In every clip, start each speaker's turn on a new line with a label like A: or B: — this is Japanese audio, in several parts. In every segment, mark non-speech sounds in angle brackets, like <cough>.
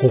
A: こ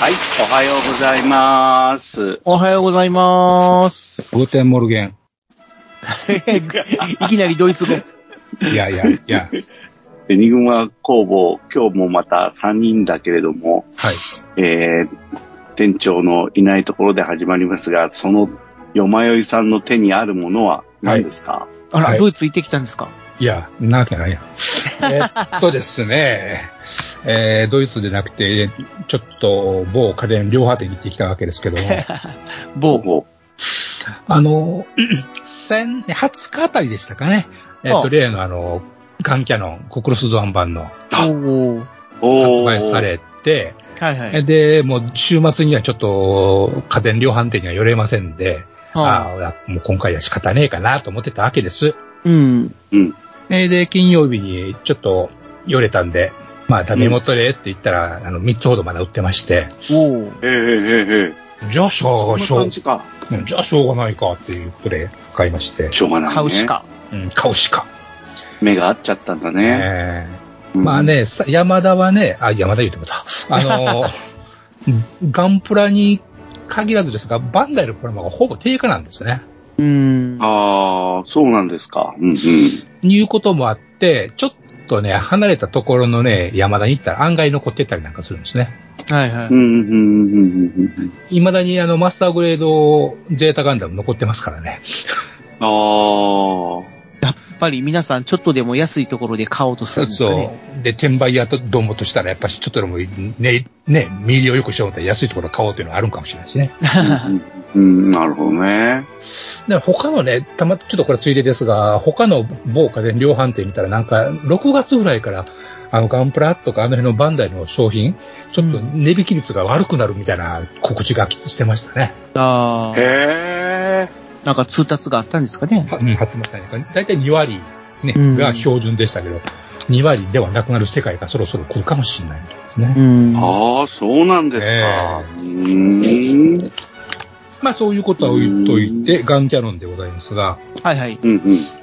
B: はい、おはようございます。
C: おはようございます。
A: グーテンモルゲン
C: いきなりドイツ語。
A: いやいやい <laughs> や
B: エニグマ工房、今日もまた3人だけれども、
A: はい
B: えー、店長のいないところで始まりますが、そのよまよいさんの手にあるものは何ですか、
C: あら、
A: はい
C: ドイツ行ってきたんですか
A: いや、んなわけない
C: <laughs>
A: やん。えっとですね、えードイツでなくて、ちょっと某家電量販店に行ってきたわけですけど
C: <laughs>
A: も、
B: ほう
C: 某。
B: ほ
A: あの、 <clears throat> 先20日あたりでしたかね、えっ
C: あ
A: と、例のあの、ガンキャノン、コクロスドアン版の
C: おー。
B: う
A: 発売さ。れて、
C: はいは
A: え
C: い。
A: で、もう週末にはちょっと家電量販店には寄れませんで、
C: は
A: ああ、もう今回は仕方ねえかなと思ってたわけです。
C: いうん。
B: うん。
A: えーで、金曜日にちょっと寄れたんで、まあ、食べ元でって言ったら、あの、3つほどまだ売ってまして、
C: おー。
B: えええええ
A: じゃあしょうが、
B: え
A: し
B: そん
A: ょ
B: な
A: う
B: 感、じか。
A: じゃあしょうがないかっていうことで買いまして、
B: しょうがない、ね。
C: 買うし。か。
A: うん、買うしか。
B: 目が合っちゃったんだ
A: え
B: ね。
A: えまあ。ね、さ山田はね、あ、山田言うてもた。あ
B: <laughs>
A: の、ガンプラに限らずですが、バンダイのプラモがほぼ定価なんですね。
C: うん。
B: ああ、そうなんですか。うんうん。
A: いうこともあって、ちょっとね、離れたところのね、山田に行ったら案外残ってたりなんかするんですね。
C: はいは
B: うんうんう
C: い。
B: んうんうん。
A: 未だにあの、マスターグレード、ゼータガンダム残ってますからね。
B: ああ。
C: やっぱり皆さんちょっとでも安いところで買おうとするんですかね。
A: う。で、転売やと、どうもとしたら、やっぱしちょっとでも、ね、ね、身入りを良くしようと思ったら安いところ買おうというのはあるんかもしれないですね。
B: うん、なるほどね。
A: で、他のね、たま、ちょっとこれついでですが、他の某家電量販店見たらなんか、6月ぐらいから、あの、ガンプラとかあの辺のバンダイの商品、ちょっと値引き率が悪くなるみたいな告知がしてましたね。
C: あー
B: へえ。
C: なんか通達があったんですかね。
A: はうん、貼ってましたね。だいたい2割、ね
C: うん、
A: が標準でしたけど、2割ではなくなる世界がそろそろ来るかもしれないですね。
C: うん。
B: ああ、そうなんですか。
A: え
B: うーん。
A: まあそういうことは置いといて、ガンキャノンでございますが、
C: はいはい。
B: うんうん。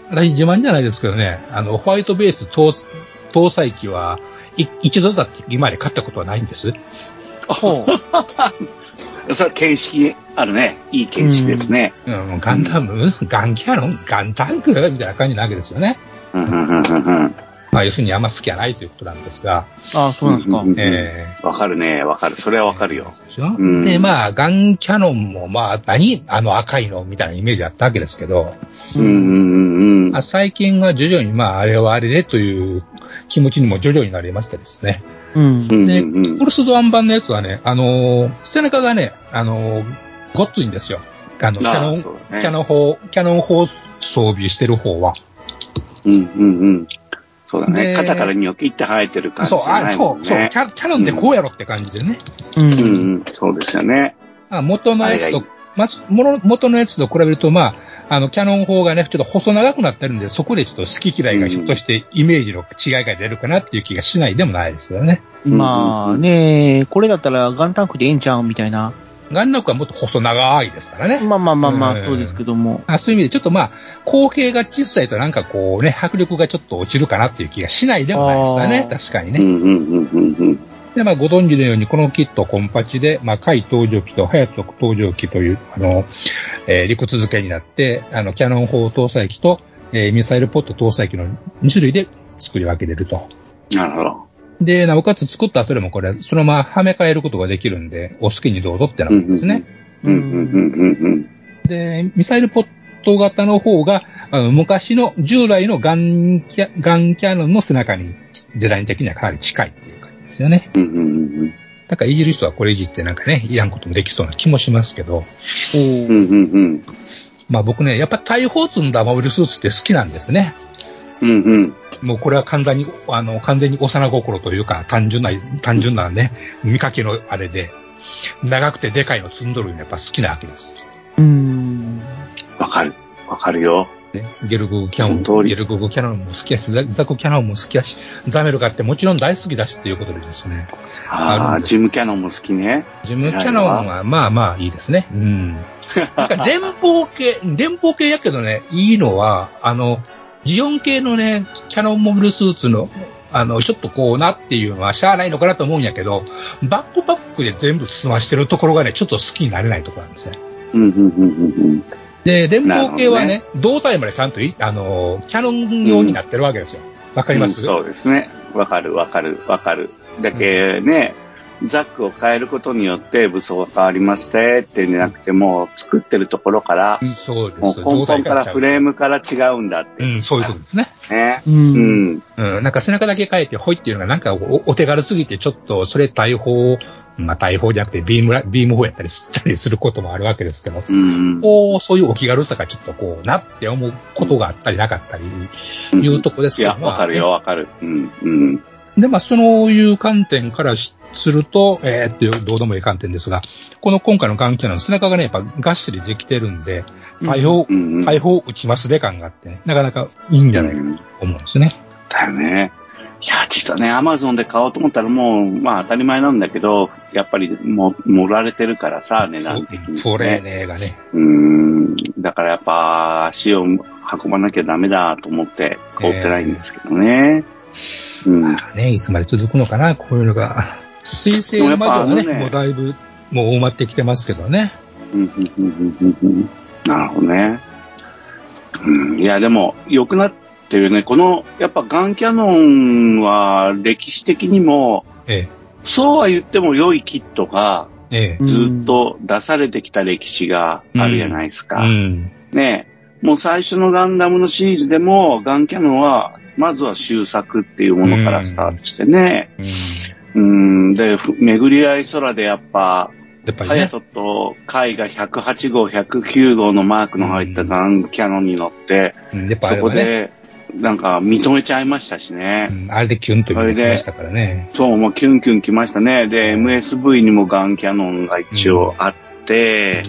A: 私自慢じゃないですけどね、あの、ホワイトベース搭搭載機は、い一度だって今まで買ったことはないんです。
C: ほう。
B: それ、形式あるね。いい形式ですね。
A: うん、ガンダム、ガンキャノン、ガンタンクみたいな感じなわけですよね。
B: うんうんうんうん
A: まあ要するにあんま好きじゃないということなんですが、
C: ああ、そうなんですか。
B: うん
A: ええ
B: うん。わかるね。わかる。それはわかるよ。。
A: でしょ
B: うん
A: で、まあ、ガンキャノンも、まあ、何あの赤いのみたいなイメージあったわけですけど、
B: うんうんうん。
A: あ最近は徐々に、まあ、あれはあれでという気持ちにも徐々になりましてですね。
C: うん
B: う。ん
A: で、
B: うんうん
A: コルスドアン版のやつはね、あのー背中がね、あのーごっついんですよ。あの、キャ
B: あ
A: ノ
B: あ
A: ン、
B: そうだね
A: キャノン砲、キャノン砲装備してる方は。
B: うんうんうん。そうだね。
A: で
B: 肩からニョキって生えてる感じじ
A: そう、
B: ゃ
A: あ、
B: ない
A: そ
B: も、
A: うんそう、
B: ね
A: キ。ャキャノンでこうやろって感じでね。
C: う。
B: うんんうん。そうですよね。
A: あ元のや
B: あ
A: つ
B: れがい
A: と
B: い、
A: まず、もの元のやつと比べると、まあ、あの、キャノン砲がね、ちょっと細長くなってるんで、そこでちょっと好き嫌いがひょっとしてイメージの違いが出るかなっていう気がしないでもないですよね。
C: まあね、これだったらガンタンクでええんちゃうんみたいな。
A: ガンダムはもっと細長いですからね。
C: まあまあまあま
A: う
C: あ、
A: ん
C: そうですけども。
A: あそういう意味で、ちょっとまあ、後継が小さいとなんかこうね、迫力がちょっと落ちるかなっていう気がしないでもないですよね。
C: あー
A: 確かに
B: うん
A: ね。
B: うんうんうんうん。
A: で、まあ、ご存知のように、このキットコンパチで、まあ、甲斐登場機と隼人登場機という、あの、えー陸続けになって、あの、キャノン砲搭載機と、えーミサイルポット搭載機の2種類で作り分けれると。
B: なるほど。
A: で、なおかつ作った後でもこれ、そのままはめ替えることができるんで、お好きにどうぞってな
B: う
A: も
B: ん
A: んですね。
B: うんうんうんうん
A: で、ミサイルポット型の方が、あの昔の従来のガンキャガンキャノンの背中にデザイン的にはかなり近いっていう感じですよね。
B: うん。うんうんうん
A: だからいじる人はこれいじってなんかね、いらんこともできそうな気もしますけど、
C: お
B: うん。うんうんうん。
A: まあ僕ね、やっぱ大砲積んだモビルスーツって好きなんですね。
B: うんうん。
A: もうこれは簡単に、あの、完全に幼心というか、単純な、単純なね、見かけのあれで、長くてでかいの積んどるのやっぱ好きなわけです。
C: うん。
B: わかる。わかるよ。
A: ね、ゲルグキャ
B: そ
A: ノ
B: の
A: ン、
B: 通り
A: ゲルグキャノンも好きやし、ザザクキャノンも好きやし、ザメルカってもちろん大好きだしっていうことでですね。
B: あ
A: あ
B: あ、
A: る
B: ジムキャノンも好きね。
A: ジムキャノンはまあまあいいですね。うん。なんか連邦系、 <laughs> 連邦系やけどね、いいのは、あの、ジオン系のね、キャノンモビルスーツの、あの、ちょっとこうなっていうのはしゃあないのかなと思うんやけど、バックパックで全部包ましてるところがね、ちょっと好きになれないところなんですね。
B: うんうんうんうん
A: で、連邦系は
B: な
A: ね、胴体までちゃんとい、あの、キャノン用になってるわけですよ。わか
B: う
A: り
B: ん。
A: ます、
B: うんそうですね。わかるわかるわかる。だけね、ザックを変えることによって武装が変わりましてっていうんじゃなくて、もう作ってるところから、
A: うんそうで
B: もう
A: す。
B: 根本から
A: ちゃう
B: フレームから違うんだって
A: う、
B: いうん
A: そういうことですね。
B: ね。
C: う。
B: うんん。
A: うん、なんか背中だけ変えてほいっていうのがなんかおお手軽すぎてちょっとそれ大砲、まあ大砲じゃなくてビームラ、ビーム砲やったりすったりすることもあるわけですけど、
B: うん。
A: こう、そういうお気軽さがちょっとこうなって思うことがあったりなかったりいうとこです
B: い
A: けど、
B: や、わかるよ、わかる。うん、うん。
A: で、まあ、そういう観点からしすると、えー、っていう、どうでもいい観点ですが、この今回の眼鏡の背中がね、やっぱがっしりできてるんで、大砲、
B: うんうん。
A: 大砲打ちますで感があってね、なかなかいいんじゃないかと思うんですね。
B: だよね。いや、実はね、アマゾンで買おうと思ったらもう、まあ当たり前なんだけど、やっぱりもう、盛られてるからさ、値段的に、ね。
A: それ。ね、がね、
B: うーん。だからやっぱ、足を運ばなきゃダメだと思って、凍ってないんですけどね。うん。
A: ね、いつまで続くのかな、こういうのが。水星の窓はね、
B: でもや
A: も
B: っ
A: う
B: ぱ
A: だいぶ、もう埋まってきてますけどね。
B: うんうんうんうんうんなるほどね。うん、いや、でも、良くなってるよね。この、やっぱガンキャノンは、歴史的にも、
A: え
B: そうは言っても良いキットが、
A: え、ええ。
B: ずっと出されてきた歴史があるじゃないですか。
A: うん。
B: ねえもう最初のガンダムのシリーズでも、ガンキャノンは、まずは修作っていうものからスタートしてね。
A: うん。
B: うん、で、ふ巡り合い空でやっぱ、
A: やっぱり
B: ハヤ
A: ね。
B: トとカイが108号、109号のマークの入ったガンキャノンに乗って、
A: うんやっぱあ
B: そ
A: れ
B: こ
A: はね、
B: で、なんか認めちゃいましたしね。
A: うんあれでキュンと言ってましたからね。
B: そう、もうキュンキュン来ましたね。で、MSV にもガンキャノンが一応あって、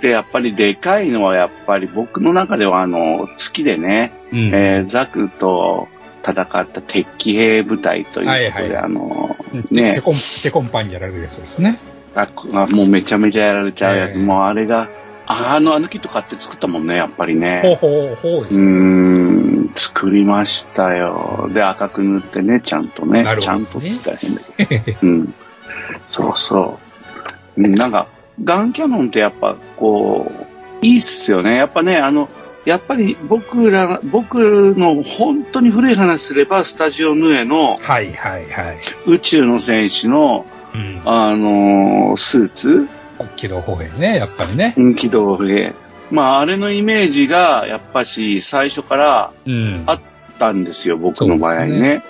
B: で、やっぱりでかいのはやっぱり僕の中ではあの、月でね、
A: うん。うん
B: えーザクと戦った鉄騎兵部隊ということで、
A: はいはい
B: あの、
A: テ
B: ね、
A: コン、テコンパンにやられるやつですね。
B: ああもうめちゃめちゃやられちゃうやつ、
A: ええ
B: もうあれが、あの、あのキット買って作ったもんね、やっぱり
A: ほう
B: ね。
A: ほうほうで
B: うー
A: す。
B: ん、作りましたよ。で、赤く塗ってね、ちゃんとね、
A: なるほどね
B: ちゃんとって言ったら変だけどうん。そうそう。うんなんか、ガンキャノンってやっぱこう、いいっすよね。やっぱね、あの、やっぱり僕ら、僕の本当に古い話すれば、スタジオヌエの
A: はいはいはい。
B: 宇宙の選手の、
A: うん。
B: あのースーツ、
A: 軌道歩兵ね、やっぱりね。
B: 運気道で、まあ、あれのイメージが、やっぱし、最初から
A: うん。
B: ああったんですよ、僕の場合
A: そう
B: ね。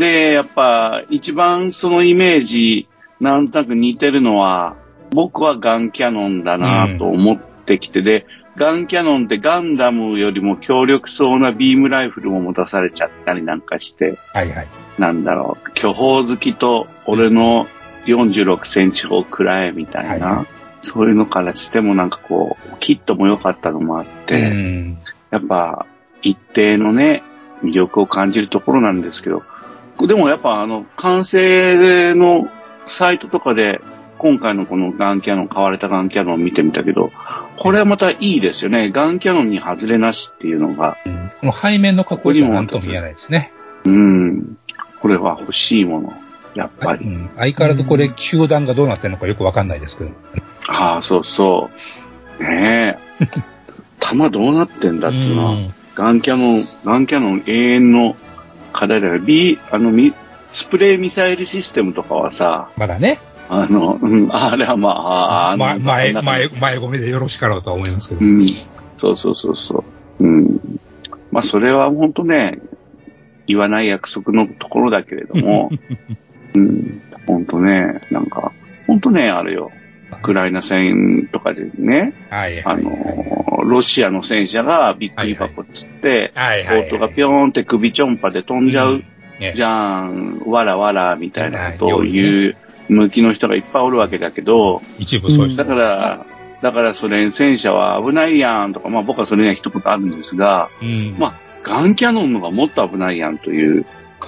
B: でやっぱ、一番そのイメージ、なんとなく似てるのは、僕はガンキャノンだなと思ってきて、で、ガンキャノンってガンダムよりも強力そうなビームライフルも持たされちゃったりなんかして、
A: はいはい。
B: なんだろう、巨峰好きと俺の46センチ砲くらえみたいな、
A: は
B: そういうのからしてもなんかこう、キットも良かったのもあって、
A: うん。
B: やっぱ一定のね、魅力を感じるところなんですけど、でもやっぱあの、完成のサイトとかで、今回のこのガンキャノン、買われたガンキャノンを見てみたけど、これはまたいいですよね。ガンキャノンに外れなしっていうのが、
A: うんこの背面の加工じゃなんとも言えないですね。
B: うん、これは欲しいもの、やっぱ
A: は
B: り
A: い。。うん相変わらずこれ、球団がどうなってるのかよくわかんないですけど。
B: ああ、そうそう。ね
A: <laughs>
B: え。弾どうなってんだっていうのは、
A: うん
B: ガンキャノン、ガンキャノン永遠の課題だから、B、あの、みスプレーミサイルシステムとかはさ、
A: まだね、
B: あの、うん、あれはまあ、あの
A: ま、前、
B: なんか
A: 前、前込みでよろしかろうとは思いますけど
B: う。ん。そうそうそうそう。うん。まあ、それは本当ね、言わない約束のところ
A: <laughs>
B: だけれども、うん。本当ね、なんか、本当ね、あれよ。ウクライナ戦とかでね、
A: はい
B: あ
A: はい。
B: のーロシアの戦車がビッキー箱つって、
A: はい
B: ボートがピョーンって首ちょんぱで飛んじゃうじ
A: ゃ
B: ゃん、わらわらみたいなことを言う向きの人がいっぱいおるわけだけど、
A: 一部そういう
B: だ
A: 人。
B: から、だからそれ戦車は危ないやんとか、まあ僕はそれには一言あるんですが、
A: うん
B: まあ、ガンキャノンのがもっと危ないやんという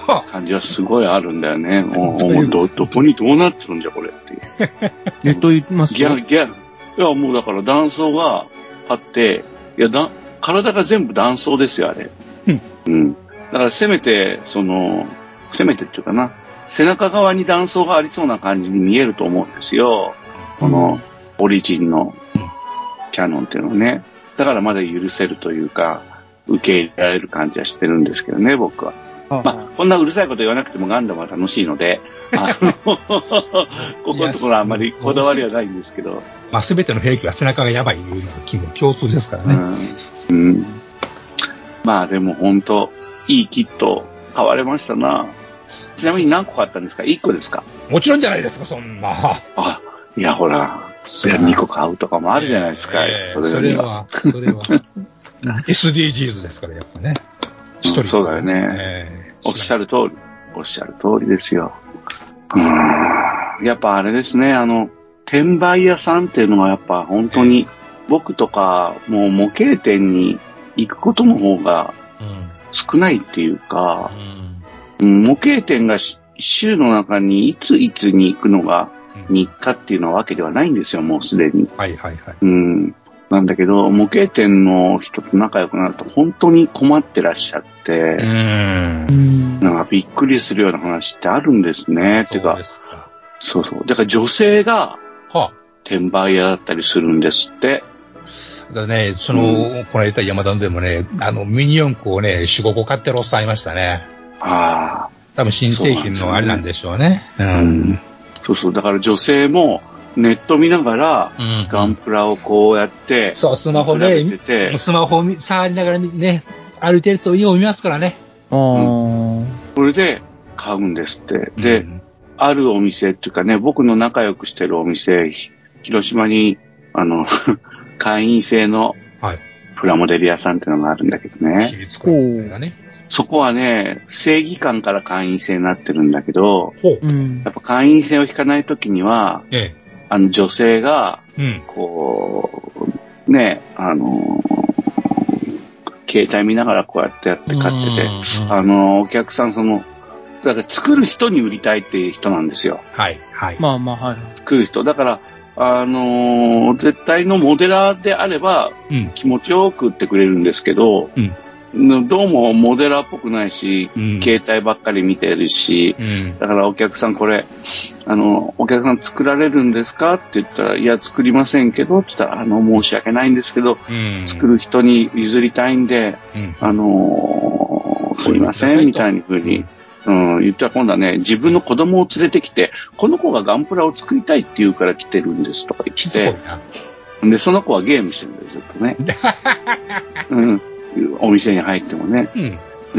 A: は
B: 感じはすごいあるんだよね。も
A: そう
B: う、
A: い
B: も
A: う
B: うど、どこにどうなってるんじゃこれっていう。
C: えっと言います
B: ギ
C: と
B: ャ、ギャ、いやもうだから断層があって、いやだ、体が全部断層ですよ、あれ。
A: うん。
B: うん。だからせめて、その、せめてっていうかな、背中側に断層がありそうな感じに見えると思うんですよ。この、オリジンの
A: うん
B: キャノンっていうのはね。だからまだ許せるというか、受け入れられる感じはしてるんですけどね、僕は。まあ、こんなうるさいこと言わなくてもガンダムは楽しいので、あの、ここのところはあんまりこだわりはないんですけど、
A: まあ、すべての兵器は背中がやばいいうのは基本共通ですから
B: う
A: ね。
B: ん。うんまあでも本当、いいキット買われましたな。ちなみに何個買ったんですか ?1 個ですか
A: もちろんじゃないですか、そんな。
B: あ、いやほら、それ
A: いや
B: 2個買うとかもあるじゃないですか。
A: ええ
B: これ
A: そ
B: よ
A: れ
B: りは
A: は、それは。SDGs ですから、やっぱね。一人、
B: うんそうだよね
A: ええ
B: おっしゃる通り。おっしゃる通りですよ。うーん。やっぱあれですね、あの、転売屋さんっていうのはやっぱ本当に、僕とか、もう模型店に行くことの方が
A: うん。
B: 少ないっていうか、
A: うん
B: うん模型店がし週の中にいついつに行くのが日課っていうのはわけではないんですよ、もうすでに。
A: はいはいはい。
B: うん。なんだけど、模型店の人と仲良くなると本当に困ってらっしゃって、
A: ん
C: うん
B: なんかびっくりするような話ってあるんですね。
A: そ
B: て
A: う
B: か
A: で、すか。
B: そうそう。だから女性が
A: は
B: 転売屋だったりするんですって。
A: あ、だね、その、この間山田でもね、あの、ミニ四駆をね、4、5個買ってるおっさんいましたね。
B: ああ。
A: 多分新製品のあれなんでしょうね。う
B: うん。そうそう。だから女性もネット見ながら、
A: うん
B: ガンプラをこうやって、
A: そう、スマホ
B: 調
A: で、
B: べてて、
A: スマホを見触りながらみね、歩いてるとよう見ますからね。
C: あー
B: それで買うんですって。で、
A: うん
B: あるお店っていうかね、僕の仲良くしてるお店、ひ広島に、あの、 <laughs> 会員制の
A: はい。
B: プラモデル屋さんっていうのがあるんだけどね。
A: 私立高校がね。
B: そこはね、正義感から会員制になってるんだけど、
A: ほう
C: う。ん
B: やっぱ会員制を引かないときには、
A: え
B: あの女性が、
A: え。うん。
B: こう、ね、あの携帯見ながらこうやってやって買ってて、
A: うん
B: あのお客さんその、だから作る人に売りたいっていう人なんですよ。
A: はい、はい。
C: まあまあ、はい。
B: 作る人。だから、あのー絶対のモデラーであれば
A: うん。
B: 気持ちよく売ってくれるんですけど、
A: うん
B: どうもモデラーっぽくないし、
A: うん
B: 携帯ばっかり見てるし、
A: うん。
B: だからお客さんこれ、あの、お客さん作られるんですかって言ったら、いや、作りませんけど、って言ったら、あの、申し訳ないんですけど、
A: うん。
B: 作る人に譲りたいんで、
A: うん。
B: あのーすいませ
A: ご
B: ん、
A: めん
B: み
A: なさ
B: た
A: いと
B: いな風に、うん、言ったら今度はね、自分の子供を連れてきて、この子がガンプラを作りたいって言うから来てるんですとか言っ
A: すごい
B: て、
A: な。
B: で、その子はゲームしてるんですずっと
A: <laughs>
B: ね。うん、お店に入ってもね。
A: う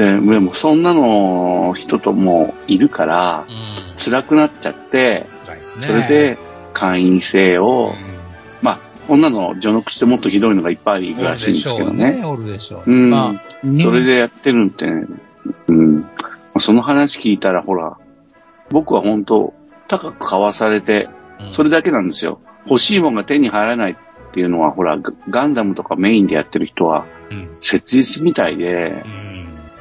A: ん。
B: で、でもそんなの人ともいるから、
A: うん。
B: 辛くなっちゃって、
A: 辛いですね。
B: それで会員制
A: う
B: を、
A: ん、
B: まあ、こんなの序の口でもっとひどいのがいっぱいいる
A: お
B: ら
A: る
B: しい
A: で
B: んで
A: し
B: す
A: ょ
B: けど
A: う
B: ね
A: ね。。おるでしょう
B: う
A: ね。
B: ん。
C: まあ、ね
B: それでやってるんってね、うん。その話聞いたら、ほら、僕は本当、高く買わされて、それ
A: で、
B: だけなんですよ。欲しいもんが手に入らないっていうのは、ほら、ガガンダムとかメインでやってる人は、
A: うん。
B: 切実みたいで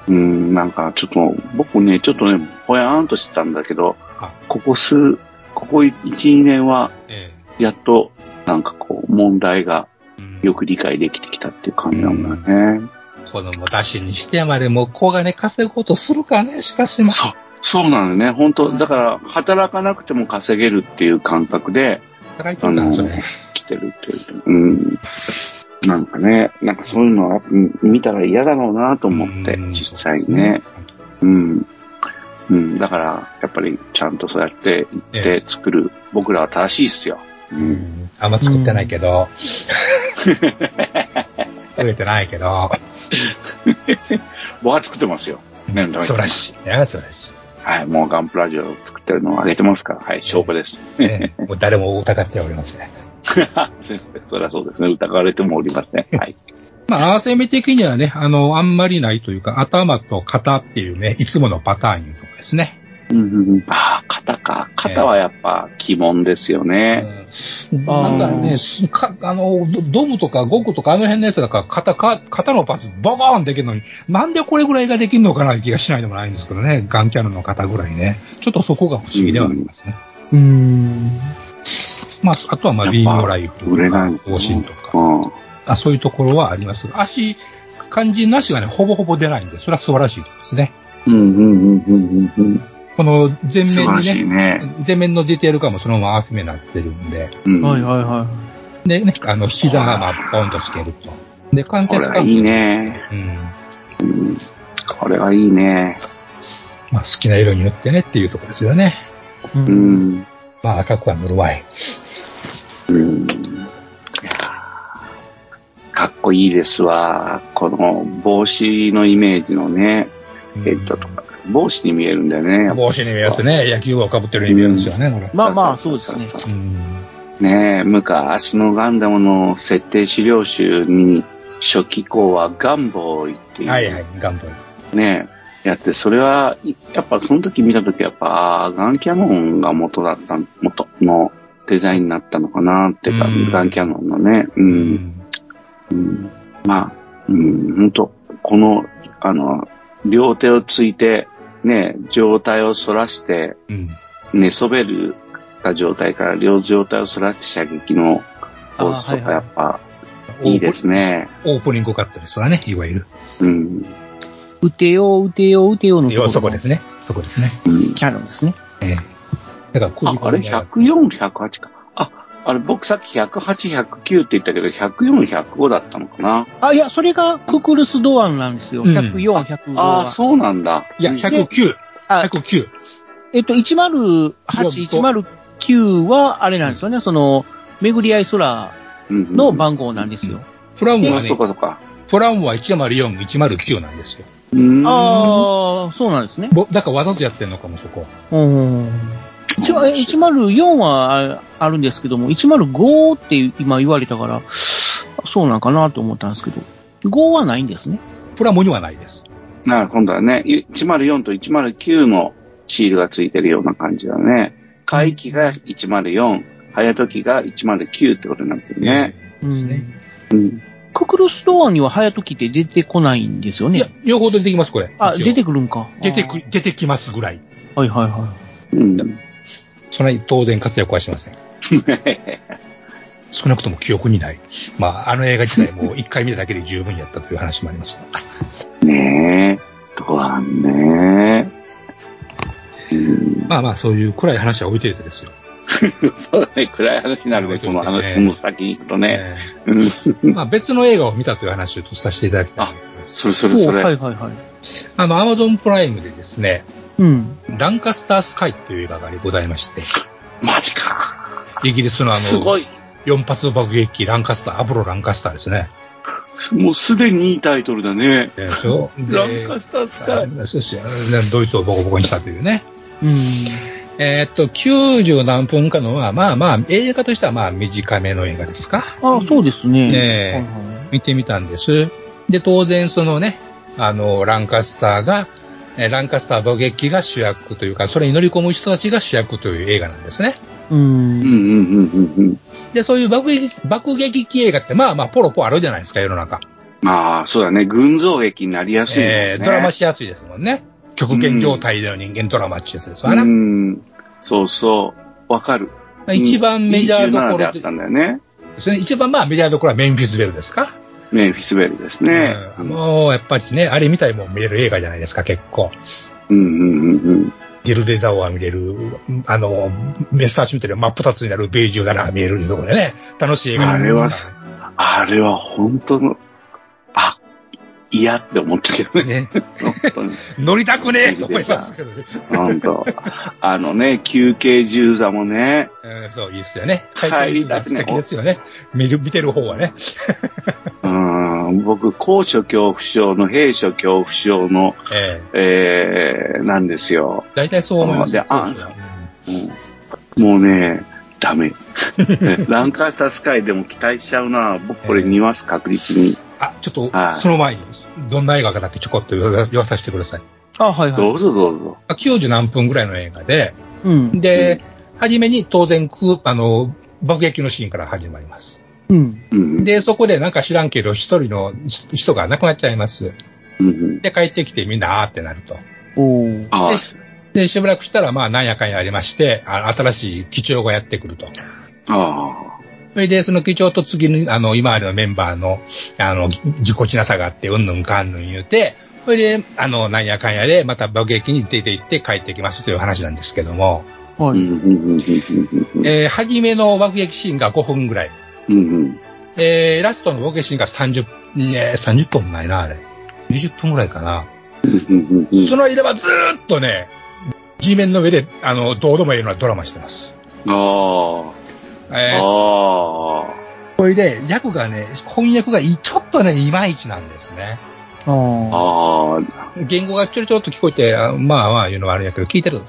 A: う、ん。
B: うん、なんかちょっと、僕ね、ちょっとね、ぼやーんとしてたんだけど
A: あ、
B: ここ数、ここ1、2年は、
A: え
B: やっと、なんかこう、問題が
A: え。うん
B: よく理解できてきたっていう感じなんだね。
A: 子供出しにしてまでも子がね、稼ぐことするかね、しかしま
B: そうそうなのね。本
A: う
B: 当
A: ん
B: だから、働かなくても稼げるっていう感覚で
A: 働いてるから、それ。
B: 来てるっていう。うん。なんかね、なんかそういうのはうん見たら嫌だろうなと思って
A: う、ん
B: 実際にね。。うん。うん。だから、やっぱりちゃんとそうやって行っ
A: え
B: て作る、僕らは正しいっすよ。う。
A: うんん。あんま作ってないけど。作れてないけ <laughs> ど。
B: 僕は作ってますよ。ね、ダメ
A: 素晴らしい。いや、素晴らしい。
B: はい、もうガンプラジオを作ってるのを上げてますから、はい、証拠です。 <laughs>
A: <laughs> ね、もう誰も疑ってはおりません。
B: そりゃそうですね。疑われてもおりません。はい。
A: まあ、合わせ目的にはね、あの、あんまりないというか、頭と型っていうね、いつものパターンいうとこですね。
B: ああ、肩か。肩はやっぱ鬼門ですよね。
A: うんなんだろうね、すかあの、ドドムとかゴクとかあの辺のやつだから、肩か、肩のパーツボコーンできるのに、なんでこれぐらいができるのかないう気がしないでもないんですけどね、ガンキャノンの肩ぐらいね。ちょっとそこが不思議ではありますね。うーん。まあ、あとはまあ、ビームライフと
B: 売れ
A: か
B: ない、
A: 方針とか、
B: うん。
A: あそういうところはありますが。足、肝心な足がね、ほぼほぼ出ないんで、それは素晴らしいですね。
B: うんうんうんうんうんうん。
A: この前
B: 素晴
A: 面
B: ら
A: にね
B: しい、ね。
A: 前面のディテール感もそのまま合わせ目になってるんで、
B: うん
C: はいはいは
A: でね、あの、膝がまあ、ポンとつけると。で、関
B: これ
A: 節
B: は
A: 関係。
B: いいね。
A: うん。
B: これはいいね。
A: まあ、好きな色に塗ってねっていうところですよね。
C: い。う。
B: うんん。
A: まあ、赤くは塗るわい。
B: うん。いやーかっこいいですわ。この帽子のイメージのね、ヘッドとか。帽子に見えるんだよね。やっぱ
A: 帽子に見えますね。野球帽をかぶってるように見えるんですよね、これ。
C: まあまあ、そうですね。
A: うん。
B: ねえ、昔のガンダムの設定資料集に、初期項はガンボーイっていう、
A: はいはい、頑張る。
B: ねえ、やって、それは、いやっぱその時見た時やっぱ、ああガンキャノンが元だった、元のデザインになったのかなっていうか、
A: うん
B: ガンキャノンのね、うん、うん、まあ、うん、ほんと、この、あの、両手をついて、ねえ、上体を反らして、
A: うん。
B: 寝そべるた状態から両状態を反らして射撃のポーズ
C: あーは
B: と
C: い
B: か
C: はい
B: やっぱいいですね。
A: オープニングカットですわね、いわゆる。
B: うん。
C: 打てよう、打てよう、打てようのとこ
A: 要
C: ろ
A: はそこですね。そこですね。
B: うん、
C: キャノンですね。
A: ええ。だから、こ
B: ああれ ?104、108か。あ、あれ僕さっき108、109って言ったけど、104、105だったのかな。
C: あ、いや、それがククルスドアンなんですよ。
A: うん
C: 104、105
B: ああ、
C: は。
B: そうなんだ。
A: いや、109。
C: あ、
A: 109。
C: えっと、108、109は、あれなんですよね、その、巡り合い空の
B: の
C: 番号なんですよ。
A: プラムは
B: あ、
A: ね
B: そう、かそうか。
A: プラムは104、109なんですよ。
B: うーん。
C: ああ、そうなんですね。
A: ぼだからわざとやってんのかも、そこ。
C: うん。一応え104はああるんですけども、105って今言われたから、そうなんかなと思ったんですけど、5はないんですね。
A: プラムにはないです。
B: なあ、今度はね、104と109のシールがついてるような感じだね。回帰が104、早時が109ってことになってるね。
C: うん。
B: うん。
C: ククルストアには早時って出てこないんですよ
A: いや
C: ね。、
A: 両方出てきます、これ。
C: あ、
A: 一応
C: 出てくるんか。
A: 出てく、出てきますぐらい。
C: あー。はいはいはい。
B: うん。
A: そんなに当然活躍はしません。少なくとも記憶にない。まあ、あの映画自体も一回見ただけで十分やったという話もあります。
B: ねえ、どうなんねえ。うん、
A: まあまあ、そういう暗い話は置いといてですよ。
B: そうだね、暗い話になるね、この話、
A: ね
B: この先に行くとね。う
A: え
B: ん
A: ーまあ、別の映画を見たという話をさせていただきたいんです。
B: それそ
C: お
B: れそ
C: ーは
B: れ。
C: いはいはい。
A: あの、アマゾンプライムでですね、
C: うん。
A: ランカスタースカイという映画がございまして、
B: マジか。
A: イギリスのあ
B: す
A: の、
B: ごい。
A: 4発爆撃機ランカスター、アポロランカスターですね。
B: もうすでにいいタイトルだね。
A: でしょで
B: ランカスタースカイ。
A: あそうですよねドイツをボコボコにしたというね。
C: うん。
A: えーっと、90何分かのは、まあまあ、映画としてはまあ短めの映画ですか。
C: あーそうですね。
A: ねえ
C: はいはい
A: 見てみたんです。で、当然そのね、あの、ランカスターが、えーランカスター爆撃機が主役というか、それに乗り込む人たちが主役という映画なんですね。
C: う。
B: うんうんんうんうんうん。
A: で、そういう爆撃、爆撃機映画って、まあまあ、ポロポロあるじゃないですか、世の中。
B: まあ、そうだね、群像劇になりやすいもんね。
A: えードラマしやすいですもんね。極限状態での人間ドラマってやつですわな。
B: うん。そうそう。わかる。
A: まあ一番メジャーどこ
B: 27であ
A: ろ
B: ったんだよね。
A: ですね。一番まあメジャーどころはメンフィスベルですか。
B: メンフィスベルですね。
A: うんもうやっぱりね、あれみたいもん見れる映画じゃないですか、結構。
B: うんうんうんうん。
A: ジルデザオは見れる、あの、メッサーシュみたいな真っ二つになるベージュだな、見えるところでね、楽しい映画になりますか
B: あれは本当の、あ、嫌って思ったけど
A: <laughs> ら
B: ね。
A: ね。
B: 本当に。
A: 乗りたくねえと思いますけどね。
B: 本当。あのね、休憩銃座もね、
A: うんそう、いいっすよね。
B: はい
A: 回転寿司は素敵ですよね。見る、見てる方はね。
B: うーん、僕、高所恐怖症の兵所恐怖症の、
A: ええ。
B: えー、なんですよ。
A: 大体そう思います。
B: であ
A: そうですね
B: うんもうね、
A: <laughs>
B: ダメ。ランカスタースカイでも期待しちゃうな。僕これ見ます、確実に。
A: あ、ちょっと
B: は、い
A: その前に、どんな映画かだけちょこっと言わ言わさせてください。
C: あ、はいは
B: ど
C: い。
B: うぞどうぞ。
A: あ90何分ぐらいの映画で、
C: うん。
A: で、初めに当然空、あの、爆撃のシーンから始まります。
C: うん。
B: うん。
A: で、そこでなんか知らんけど、一人のし人が亡くなっちゃいます。
B: うんうん、
A: で、帰ってきてみんな、あーってなると。
C: おー。
B: あ
A: でで、しばらくしたら、まあ、なんやかんやありまして、あ新しい基調がやってくると。
B: あ、あ
A: それで、その基調と次に、あの、今までのメンバーの、あの、ぎぎこちなさがあって、うんぬんかんぬん言うて、それで、あの、なんやかんやで、また爆撃に出て行って帰ってきますという話なんですけども、
B: あ。
C: は
B: うん
C: い。
B: うんうんうん
A: えー、初めの爆撃シーンが5分ぐらい。
B: うんうん
A: えー、ラストの爆撃シーンが30、ね、30分もないな、あれ。20分ぐらいかな。
B: うんうんうん
A: その間はずーっとね、地面の上で、あの、どうでもいいようなドラマしてます。え
B: ああ。
A: ー、
B: ああ。
A: これで、役がね、翻訳がいちょっとね、いまいちなんですね。
C: あー。
B: ああ。
A: 言語がちょろちょろっと聞こえて、あまあまあ言うのはあれやけど、聞いてると、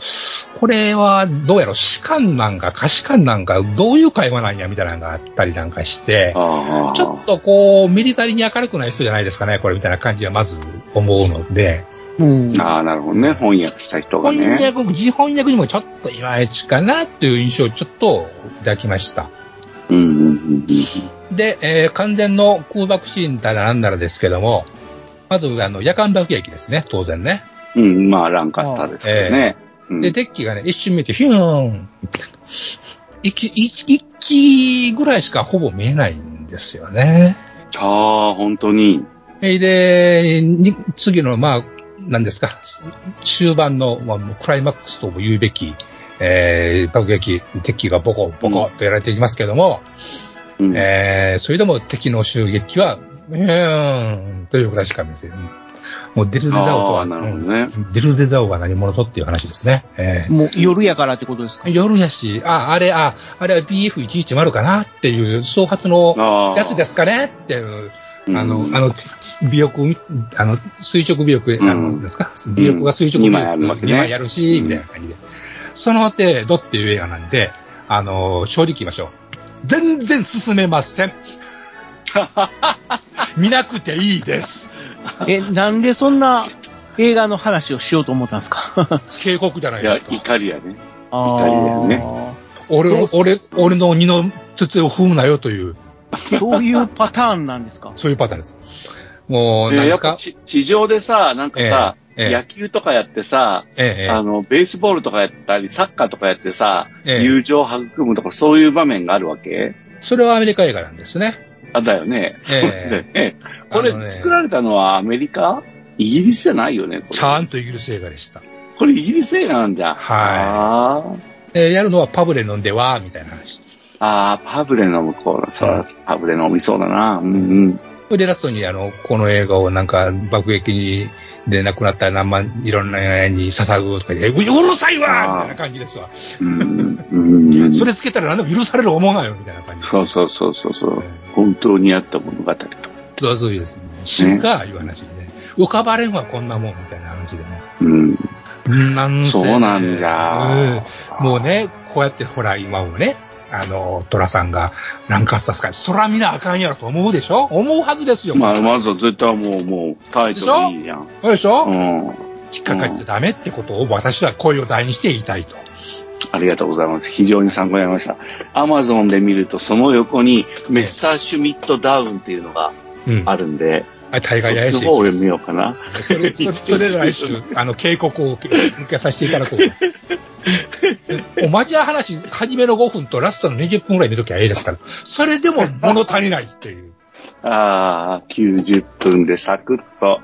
A: これはどうやろ、士官なんか、可視官なんか、どういう会話なんや、みたいなのがあったりなんかして、
B: ああ。
A: ちょっとこう、ミリタリーに明るくない人じゃないですかね、これみたいな感じはまず思うので、
C: うん。
B: ああ、なるほどね。翻訳した人が
A: 翻
B: ね。
A: 訳、自翻訳にもちょっといまいちかなという印象をちょっといただきました。
B: うんうんうん
A: で、えー完全の空爆シーンだらなんならですけども、まず、あの、夜間爆撃ですね、当然ね。
B: うん。うん、まあ、ランカスターですけどね。うん
A: で、デッキがね、一瞬見えて、ヒューン一一一機ぐらいしかほぼ見えないんですよね。
B: ああ、本当に。
A: えーで、に次の、まあ、なんですか、終盤の、まあ、もうクライマックスとも言うべき、えー爆撃、敵がボコボコとやられていきますけども、
B: うん
A: えーそれでも敵の襲撃は、うーん、という形しか見せもうデルデザオと
B: あ
A: は、
B: あ、なるほどね。
A: うんデルデザオは何者とっていう話ですね。えー
C: もう夜やからってことですか
A: 夜やし、あ、あれ、あ、あれは BF110 かなっていう、創発の
B: ああ。
A: やつですかねっていう、
B: うん。
A: あの、あの、尾翼、あの、垂直尾翼、
B: うん
A: あの、ですか尾翼が垂直尾翼、
B: うん二枚あるわけね
A: 二枚やるし、
B: うん
A: みたいな感じで。その程度っていう映画なんで、あの、正直言いましょう。全然進めま
B: <laughs>
A: せん。見なくていいです。
C: え、なんでそんな映画の話をしようと思ったんですか <laughs>
A: 警告じゃない
B: い
A: で
B: や、
A: すか。
B: 怒りやね。イ
C: あ
B: タリア
C: あ。
A: 俺を、
C: そう
A: 俺、俺の二の筒を踏むなよという、
C: そういうパターンなんですか
A: そういうパターンです。もう、
B: え
A: 何
B: ー
A: で
B: や
A: す
B: っぱ
A: か
B: ち地上でさ、なんかさ、
A: ええええ
B: 野球とかやってさ、
A: ええ
B: あの、ベースボールとかやったり、サッカーとかやってさ、
A: ええ
B: 友情を育むとか、そういう場面があるわけ
A: それはアメリカ映画なんですね。
B: あだよね。そうだよね。こ
A: あのね
B: れ、作られたのはアメリカイギリスじゃないよね、これ。
A: ちゃんとイギリス映画でした。
B: これイギリス映画なんじゃん。
A: はえーやるのはパブレ飲んでわーみたいな話。
B: い。ああ、パブレの向こうだ。そうら、パブレ飲みそうだな。うんうん。
A: それでラストにあの、この映画をなんか爆撃に、で亡くなった何万、いろんな映画に捧ぐとかで、えうるさいわーみたいな感じですわ。
B: うんうんうんう
A: <laughs>
B: ん
A: それつけたら何でも許される思うなよみたいな感じ。。
B: そうそうそうそうそううん本当にあった物語と。
A: そうそういうですね。死ぬか、いう話でね。浮かばれんわ、こんなもん、みたいな話でね。
B: うん。
A: なんせ
B: そうなんだ。
A: うんもうね、こうやってほら、今もね、あの、トラさんが、ランカスタースカイ、そら見なあかんやろと思うでしょ思うはずですよ。
B: まあ、まずは絶対もう、もう、タイトルいいやん。
A: そうでしょ、
B: うん。
A: 引っかかっちゃダメってことを、私は声を大にして言いたいと。
B: ありがとうございます。非常に参考になりました。アマゾンで見ると、その横に、メッサーシュミットダウンっていうのが
A: うん。
B: あるんで、
A: あ大
B: そ
A: 概怪
B: っち
A: し
B: の
A: い
B: 方を読みようかな。
A: それ、それそれ来 <laughs> 週、あの、警告を受け受けさせていただこう。おまじな話、初めの5分とラストの20分ぐらい見ときゃええですから、それでも物足りないっていう。
B: ああ、90分でサクッと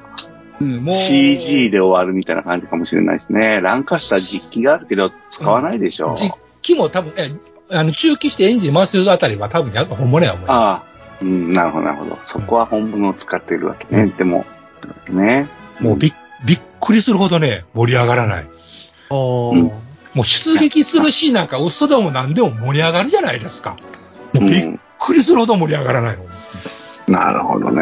A: うん、も
B: CG で終わるみたいな感じかもしれないですね。ランカスター実機があるけど、使わないでしょ。
A: 実機も多分、え、あの、中期してエンジン回すあたりは多分や、本物や思いま
B: ああ、うん、なるほど、なるほど。そこは本物を使っているわけね。でも、ね。
A: す。もうびっ、びっくりするほどね、盛り上がらない。
C: ああ。
B: ん
A: もう出撃するシーンなんか嘘でも何でも盛り上がるじゃないですか。もうびっくりするほど盛り上がらないの。
B: なるほどね。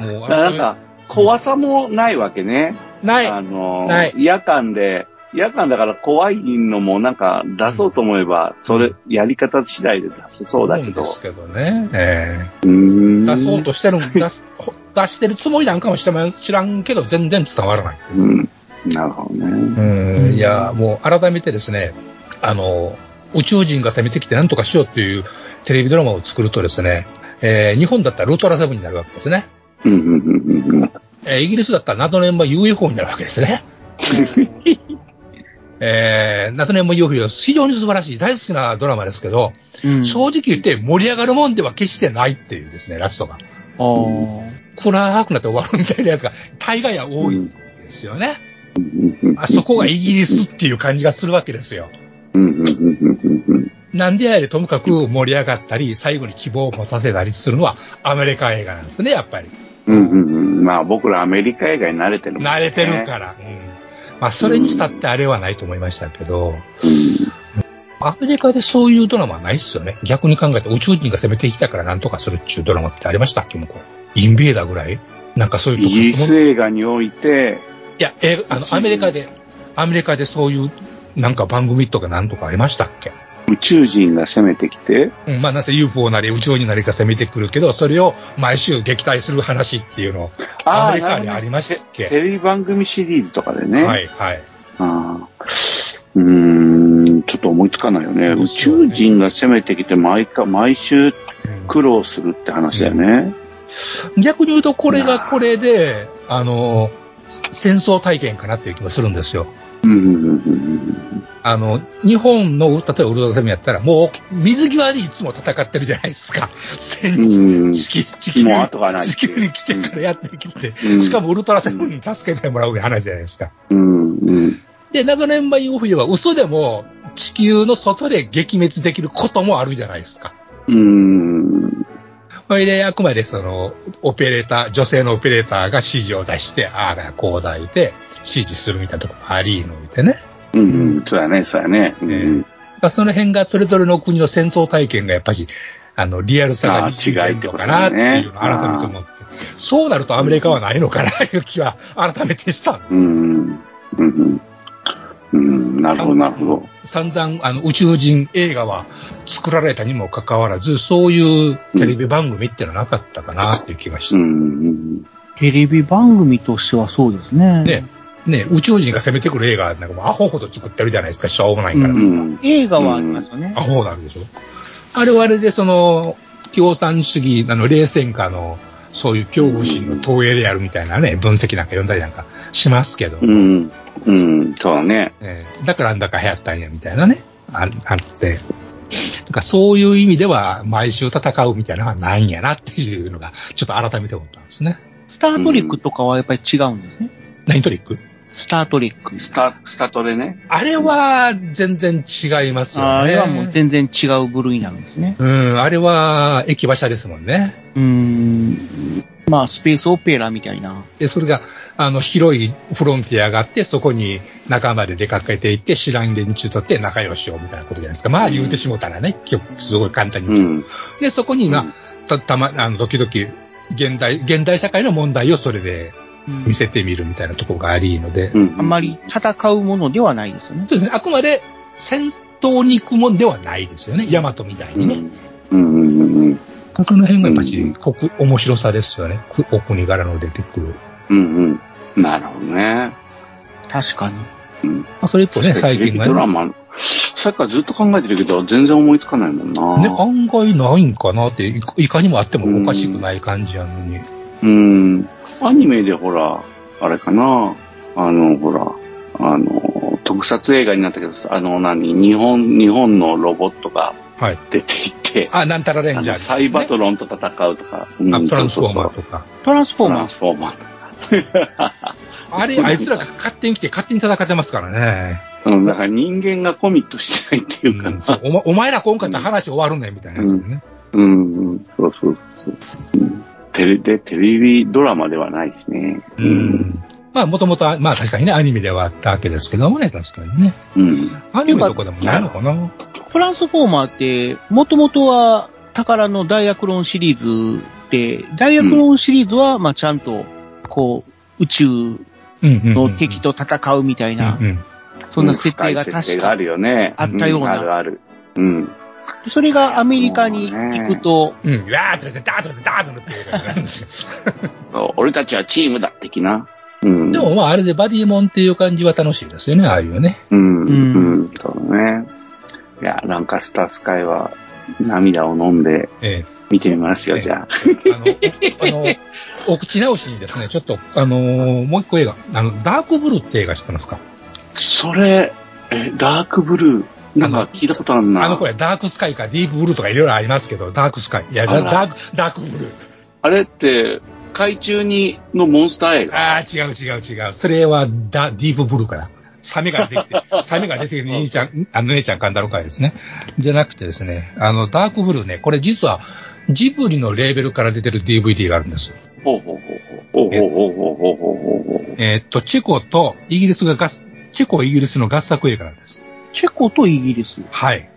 D: もうあれ
B: だからなんか、怖さもないわけね。
A: ない。
B: あの
A: ない、
B: 夜間で、夜間だから怖いのもなんか出そうと思えば、それ、やり方次第で出せそうだけど。
A: 思うんですけどね。え
B: う
A: え
B: ーん
A: 出そうとしてるん、出す、ほ出してるつもりなんかもしても知らんけど、全然伝わらない。
B: うん。なるほどね。
A: うん、いや、もう改めてですね、あの、宇宙人が攻めてきて何とかしようっていうテレビドラマを作るとですね、えー日本だったらウルトラセブンになるわけですね。
B: うん、うん、うん、うん。
A: えーイギリスだったらナトネンバ UFO になるわけですね。えー、ナトネンバ UFO、非常に素晴らしい、大好きなドラマですけど、
C: うん。
A: 正直言って盛り上がるもんでは決してないっていうですね、ラストが。
C: あー
A: 暗くなって終わるみたいなやつが、大概は多いんですよね。
B: うんうんうん
A: あそこがイギリスっていう感じがするわけですよ。
B: うんうんうんうんうん
A: なんでやれともかく盛り上がったり、最後に希望を持たせたりするのはアメリカ映画なんですね、やっぱり。
B: うんうんうんまあ僕らアメリカ映画に慣れてるもんね。
A: 慣れてるから。うん、まあ、それにしたってあれはないと思いましたけど、アメリカでそういうドラマはないっすよね。逆に考えて宇宙人が攻めてきたからなんとかするっちゅうドラマってありましたっけ、向こう。インベーダーぐらいなんかそういう
B: イ
A: 特
B: ギリ
A: 殊も
B: ス映画において、
A: いや、え、あの、アメリカで、アメリカでそういう、なんか番組とかなんとかありましたっけ
B: 宇宙人が攻めてきて、
A: うん、まあ、なぜ UFO なり宇宙になりか攻めてくるけど、それを毎週撃退する話っていうのを、アメリカにありましたっ
B: なるほどねテ
A: け
B: レビ番組シリーズとかでね。
A: はい、はい。
B: あーうーん、ちょっと思いつかないよね。
A: で
B: 宇
A: すよね
B: 宙人が攻めてきて毎回、毎週苦労するって話だよね。
A: うん逆に言うと、これがこれで、あの、戦争体験かなっていう気もするんですよ。
B: うん、うん、うんうん
A: あの、日本の、例えばウルトラセブンやったら、もう、水際でいつも戦ってるじゃないですか。
B: うん。
A: 戦
B: うん
A: 地球地球に
B: もう後がない
A: 地球に来てからやってきて、
B: うん
A: しかもウルトラセブンに助けてもらう話じゃないですか。
B: うん、うん。
A: で、長年前 UFO は嘘でも地球の外で撃滅できることもあるじゃないですか。
B: うん。
A: それで、あくまでその、オペレーター、女性のオペレーターが指示を出して、ああだ、こうだ言うて、指示するみたいなとこもありのみたいなね。
B: うん、うんそうやね、そうやね。うんうん
A: だからその辺がそれぞれの国の戦争体験がやっぱり、あの、リアルさが似てるのかなっていうのを改めて思って。そうなるとアメリカはないのかなという気は改めてしたんです。
B: うん。うん。うん。なるほど、なるほど。
A: 散々、あの、宇宙人映画は作られたにもかかわらず、そういうテレビ番組っていうのはなかったかなっていう気がし
B: う
A: て。
B: ん。
C: テレビ番組としてはそうですね。
A: ねね、宇宙人が攻めてくる映画なんかもうアホほど作ってるじゃないですか、しょうもないから。
B: うん。
C: 映画はありますよね
A: ア。ホなんでしょあれはあれで、その、共産主義、あの、冷戦下の、そういう恐怖心の投影でやるみたいなね、分析なんか読んだりなんかしますけど、
B: うん。うん。そうだね。
A: えーだからあんだか流行ったんや、みたいなね、ああって。だからそういう意味では、毎週戦うみたいなのはないんやなっていうのが、ちょっと改めて思ったんですね。
C: スタートリックとかはやっぱり違うんですね。
A: 何トリック
C: スタートリック。
B: スタ、スタートでね。
A: あれは、全然違いますよね。
C: あれはもう全然違う部類なんですね。
A: うん、あれは、駅馬車ですもんね。
C: うーん。まあ、スペースオペラみたいな。
A: で、それが、あの、広いフロンティアがあって、そこに仲間で出かけていって、知らん連中とって仲良しをみたいなことじゃないですか。まあ言うてしもたらね、今日すごい簡単に
B: う
A: 言うと。
B: ん。
A: で、そこにな、た、たま、あの、時々、現代、現代社会の問題をそれで見せてみるみたいなところがありので、
B: うん。
C: あんまり戦うものではないですよね。
A: そうですね、あくまで戦闘に行くもんではないですよね。ヤマトみたいうにね。
B: ん。うん。うん。
A: その辺がやっぱし、
B: うん
A: 国、面白さですよね。くお国柄の出てくる。
B: うん。うん。なるほどね。
C: 確かに。
B: うん。
A: まあ、それ一方ね、最近はね
B: ドラマ、さっきからずっと考えてるけど、全然思いつかないもん
A: ね、
B: な。
A: 案外ないんかなって、いかいかにもあってもおかしくない感じやのに。
B: うん。アニメでほら、あれかな。あの、ほら、あの、特撮映画になったけど、あの、何、日本、日本のロボットが
A: はい。
B: 出ていて、
A: あ、なんたらレン
B: あ
A: ジャー、
B: のサイバトロンと戦うとか、う
A: あ
B: ん
A: トランスフォーマー
B: そうそうそう
A: とか。
C: トランスフォ
B: ト
C: ー
B: ラ
C: マ
B: ン
C: ー。
B: スフォーマー。
A: あれ、あいつらが勝手に来て勝手に戦ってますからね。
B: うん、だから人間がコミットしてないっていうか
A: うんそう
B: な。
A: おまお前ら今回って話終わるね、みたいなやつよね。
B: うん、うん、そうそうそう。うんテレで、テレビドラマではないですね。
A: うん。。まあ、もともと、まあ確かにね、アニメではあったわけですけどもね、確かにね。
B: うん。
A: アニメとかでもないのかな
C: トランスフォーマーって、もともとは、宝のダイアクロンシリーズって、大学のシリーズは、まあちゃんと、こう、宇宙
A: うんうんうん
C: の敵と戦うみたいな
A: う、んうん
C: そんな設定が
B: 深い設定
C: 確
B: があ
C: か
B: る。よね。
C: あったような
B: あるある。うん。
C: それがアメリカに行くと、
A: うん、わーっとって、ダーッとって、ダーッとってって <laughs> ことになるんですよ。
B: 俺たちはチームだ、的な。うん。
A: でもまあ、あれでバディモンっていう感じは楽しいですよね、ああいうね。
B: うん、う
C: うん
B: ん、そうだね。いや、ランカスタースカイは涙を飲んで
A: え
B: 見てみますよ、
A: ええ
B: じゃあ。
A: え。あの、あの、お <laughs> 口直しにですね、ちょっと、あのーもう一個映画、あの、ダークブルーって映画知ってますか
B: それ、え、ダークブルー、なんか聞いたことあるな。
A: あの、これ、ダークスカイか、ディープブルーとかいろいろありますけど、ダークスカイ。いや、
B: あ
A: ダ
B: ら
A: ダーク、ダークブルー。
B: あれって、海中に、のモンスター映画。
A: ああ、違う違う違う。それはダ、ディープブルーから。サメが出てき
B: <laughs>
A: て、サメが出てきて、兄ちゃん、あの姉ちゃんカンダルカイですね。じゃなくてですね、あの、ダークブルーね、これ実は、ジブリのレーベルから出てる DVD があるんです。
B: ほうほうほうほう。ほうほうほうほうほうほうほうほう。
A: えーっと、チェコとイギリスがガス、チェコ、イギリスの合作映画なんです。
C: チェコとイギリス。
A: はい。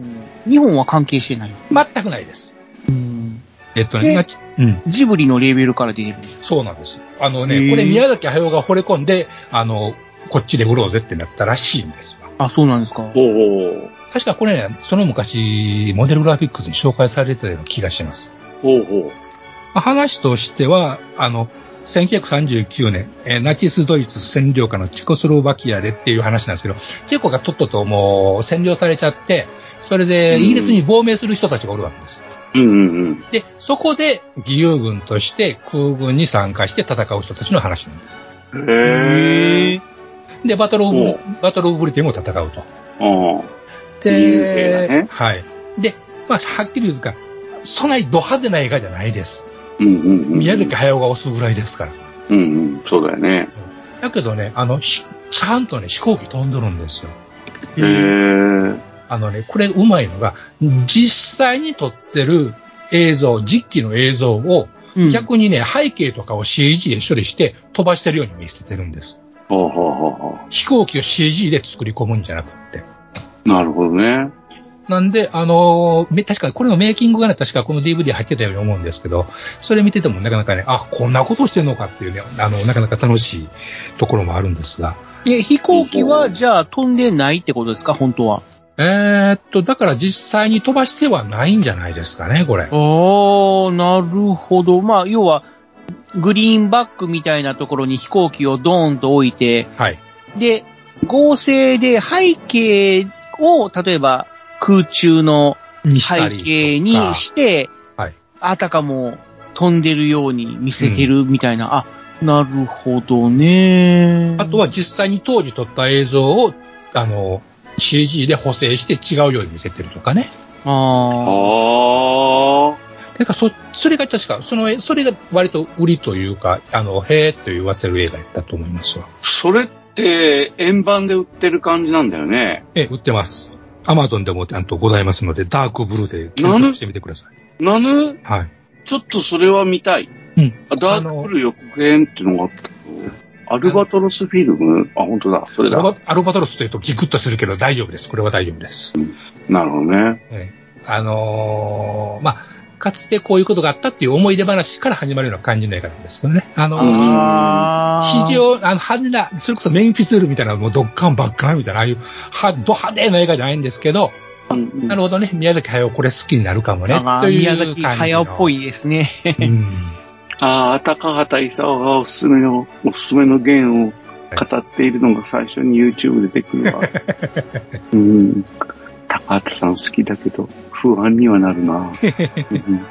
C: 日本は関係してない。
A: 全くないです。
C: うん
A: えっとね、
C: え
A: 今ちうん。
C: ジブリのレーベルから出てるんです。
A: そうなんです。あの
C: へ
A: ね、
C: ー
A: これ宮崎駿が惚れ込んで、あの、こっちで売ろうぜってなったらしいんですわ。
C: あ、そうなんですか。
B: ほうほう
A: 確かこれね、その昔、モデルグラフィックスに紹介されてたような気がします。
B: ほうほう。
A: まあ話としては、あの、1939年、えーナチスドイツ占領下のチェコスロバキアでっていう話なんですけど、チェコがとっとともう占領されちゃって、それで
B: うん
A: イギリスに亡命する人たちがおるわけです。
B: うんうんうん。
A: で、そこで義勇軍として空軍に参加して戦う人たちの話なんです。
B: へえ。
A: で、バトルオ
B: う
A: ブ、バトルオブリテンも戦うと。
B: うん。義勇兵
A: で、
B: だね
A: はい。で、まあ、はっきり言うか、そんなにド派手な映画じゃないです。
B: うんうんうん。
A: 宮崎駿が押すぐらいですから。
B: うんうん。そうだよね。
A: だけどね、あの、しちゃんとね、飛行機飛んでるんですよ。
B: へえ。
A: あのね、これうまいのが、実際に撮ってる映像、実機の映像を、
C: うん
A: 逆にね、背景とかを CG で処理して飛ばしてるように見せてるんです。
B: ほうほうほうほ
A: 飛行機を CG で作り込むんじゃなくって。
B: う。なるほどね。
A: なんで、あのーめ確かこれのメイキングがね、確かこの DVD 入ってたように思うんですけど、それ見ててもなかなかね、あ、こんなことしてんのかっていうね、あの、なかなか楽しいところもあるんですが。
C: で、飛行機は、じゃあ飛んでないってことですか、本当は。
A: えーっと、だから実際に飛ばしてはないんじゃないですかね、これ。
C: ああ、なるほど。まあ、要は、グリーンバックみたいなところに飛行機をドーンと置いて、
A: はい。
C: で、合成で背景を、例えば空中の
A: にした
C: 背
A: りとか
C: 景にして、
A: はい
C: あたかも飛んでるように見せてるみたいな。あ、なるほどね。
A: あとは、実際に当時撮った映像を、あの、CG で補正して違うように見せてるとかね。
B: あ
C: あ
B: あ。
A: てか、そ、それが確か、その、それが割と売りというか、あの、へえと言わせる映画やったと思いますわ。
B: それって、円盤で売ってる感じなんだよね。
A: ええ、売ってます。アマゾンでもちゃんとございますので、ダークブルーで検索してみてください。
B: なぬ
A: はい。
B: ちょっとそれは見たい。
A: うん。
B: あダークブルー予告編っていうのがあったけどアルバトロスフィルムあ、本当だ。そ
A: ア
B: れ
A: ル
B: だ。
A: バアルバトロスと言うとギクッとするけど大丈夫です。これは大丈夫です。
B: なるほどね。
A: ええあのーまあ、かつてこういうことがあったっていう思い出話から始まるような感じの映画なんですけどね。あの
B: うん
C: あー。
A: 非常、あの、派手な、それこそメインフィスールみたいな、もうドッカンバッカンみたいな、ああいう、は、ド派手な映画じゃないんですけど、
B: うん
A: なるほどね、宮崎駿これ好きになるかもね、
C: あー
A: という
C: 宮
A: 感じの。
C: 崎駿っぽ。いですね。
A: うん。
B: ああ、高畑勲がおすすめの、おすすめの弦を語っているのが最初に YouTube で出て
A: <laughs>
B: くるわ。うん。高畑さん好きだけど、不安にはなるな。うん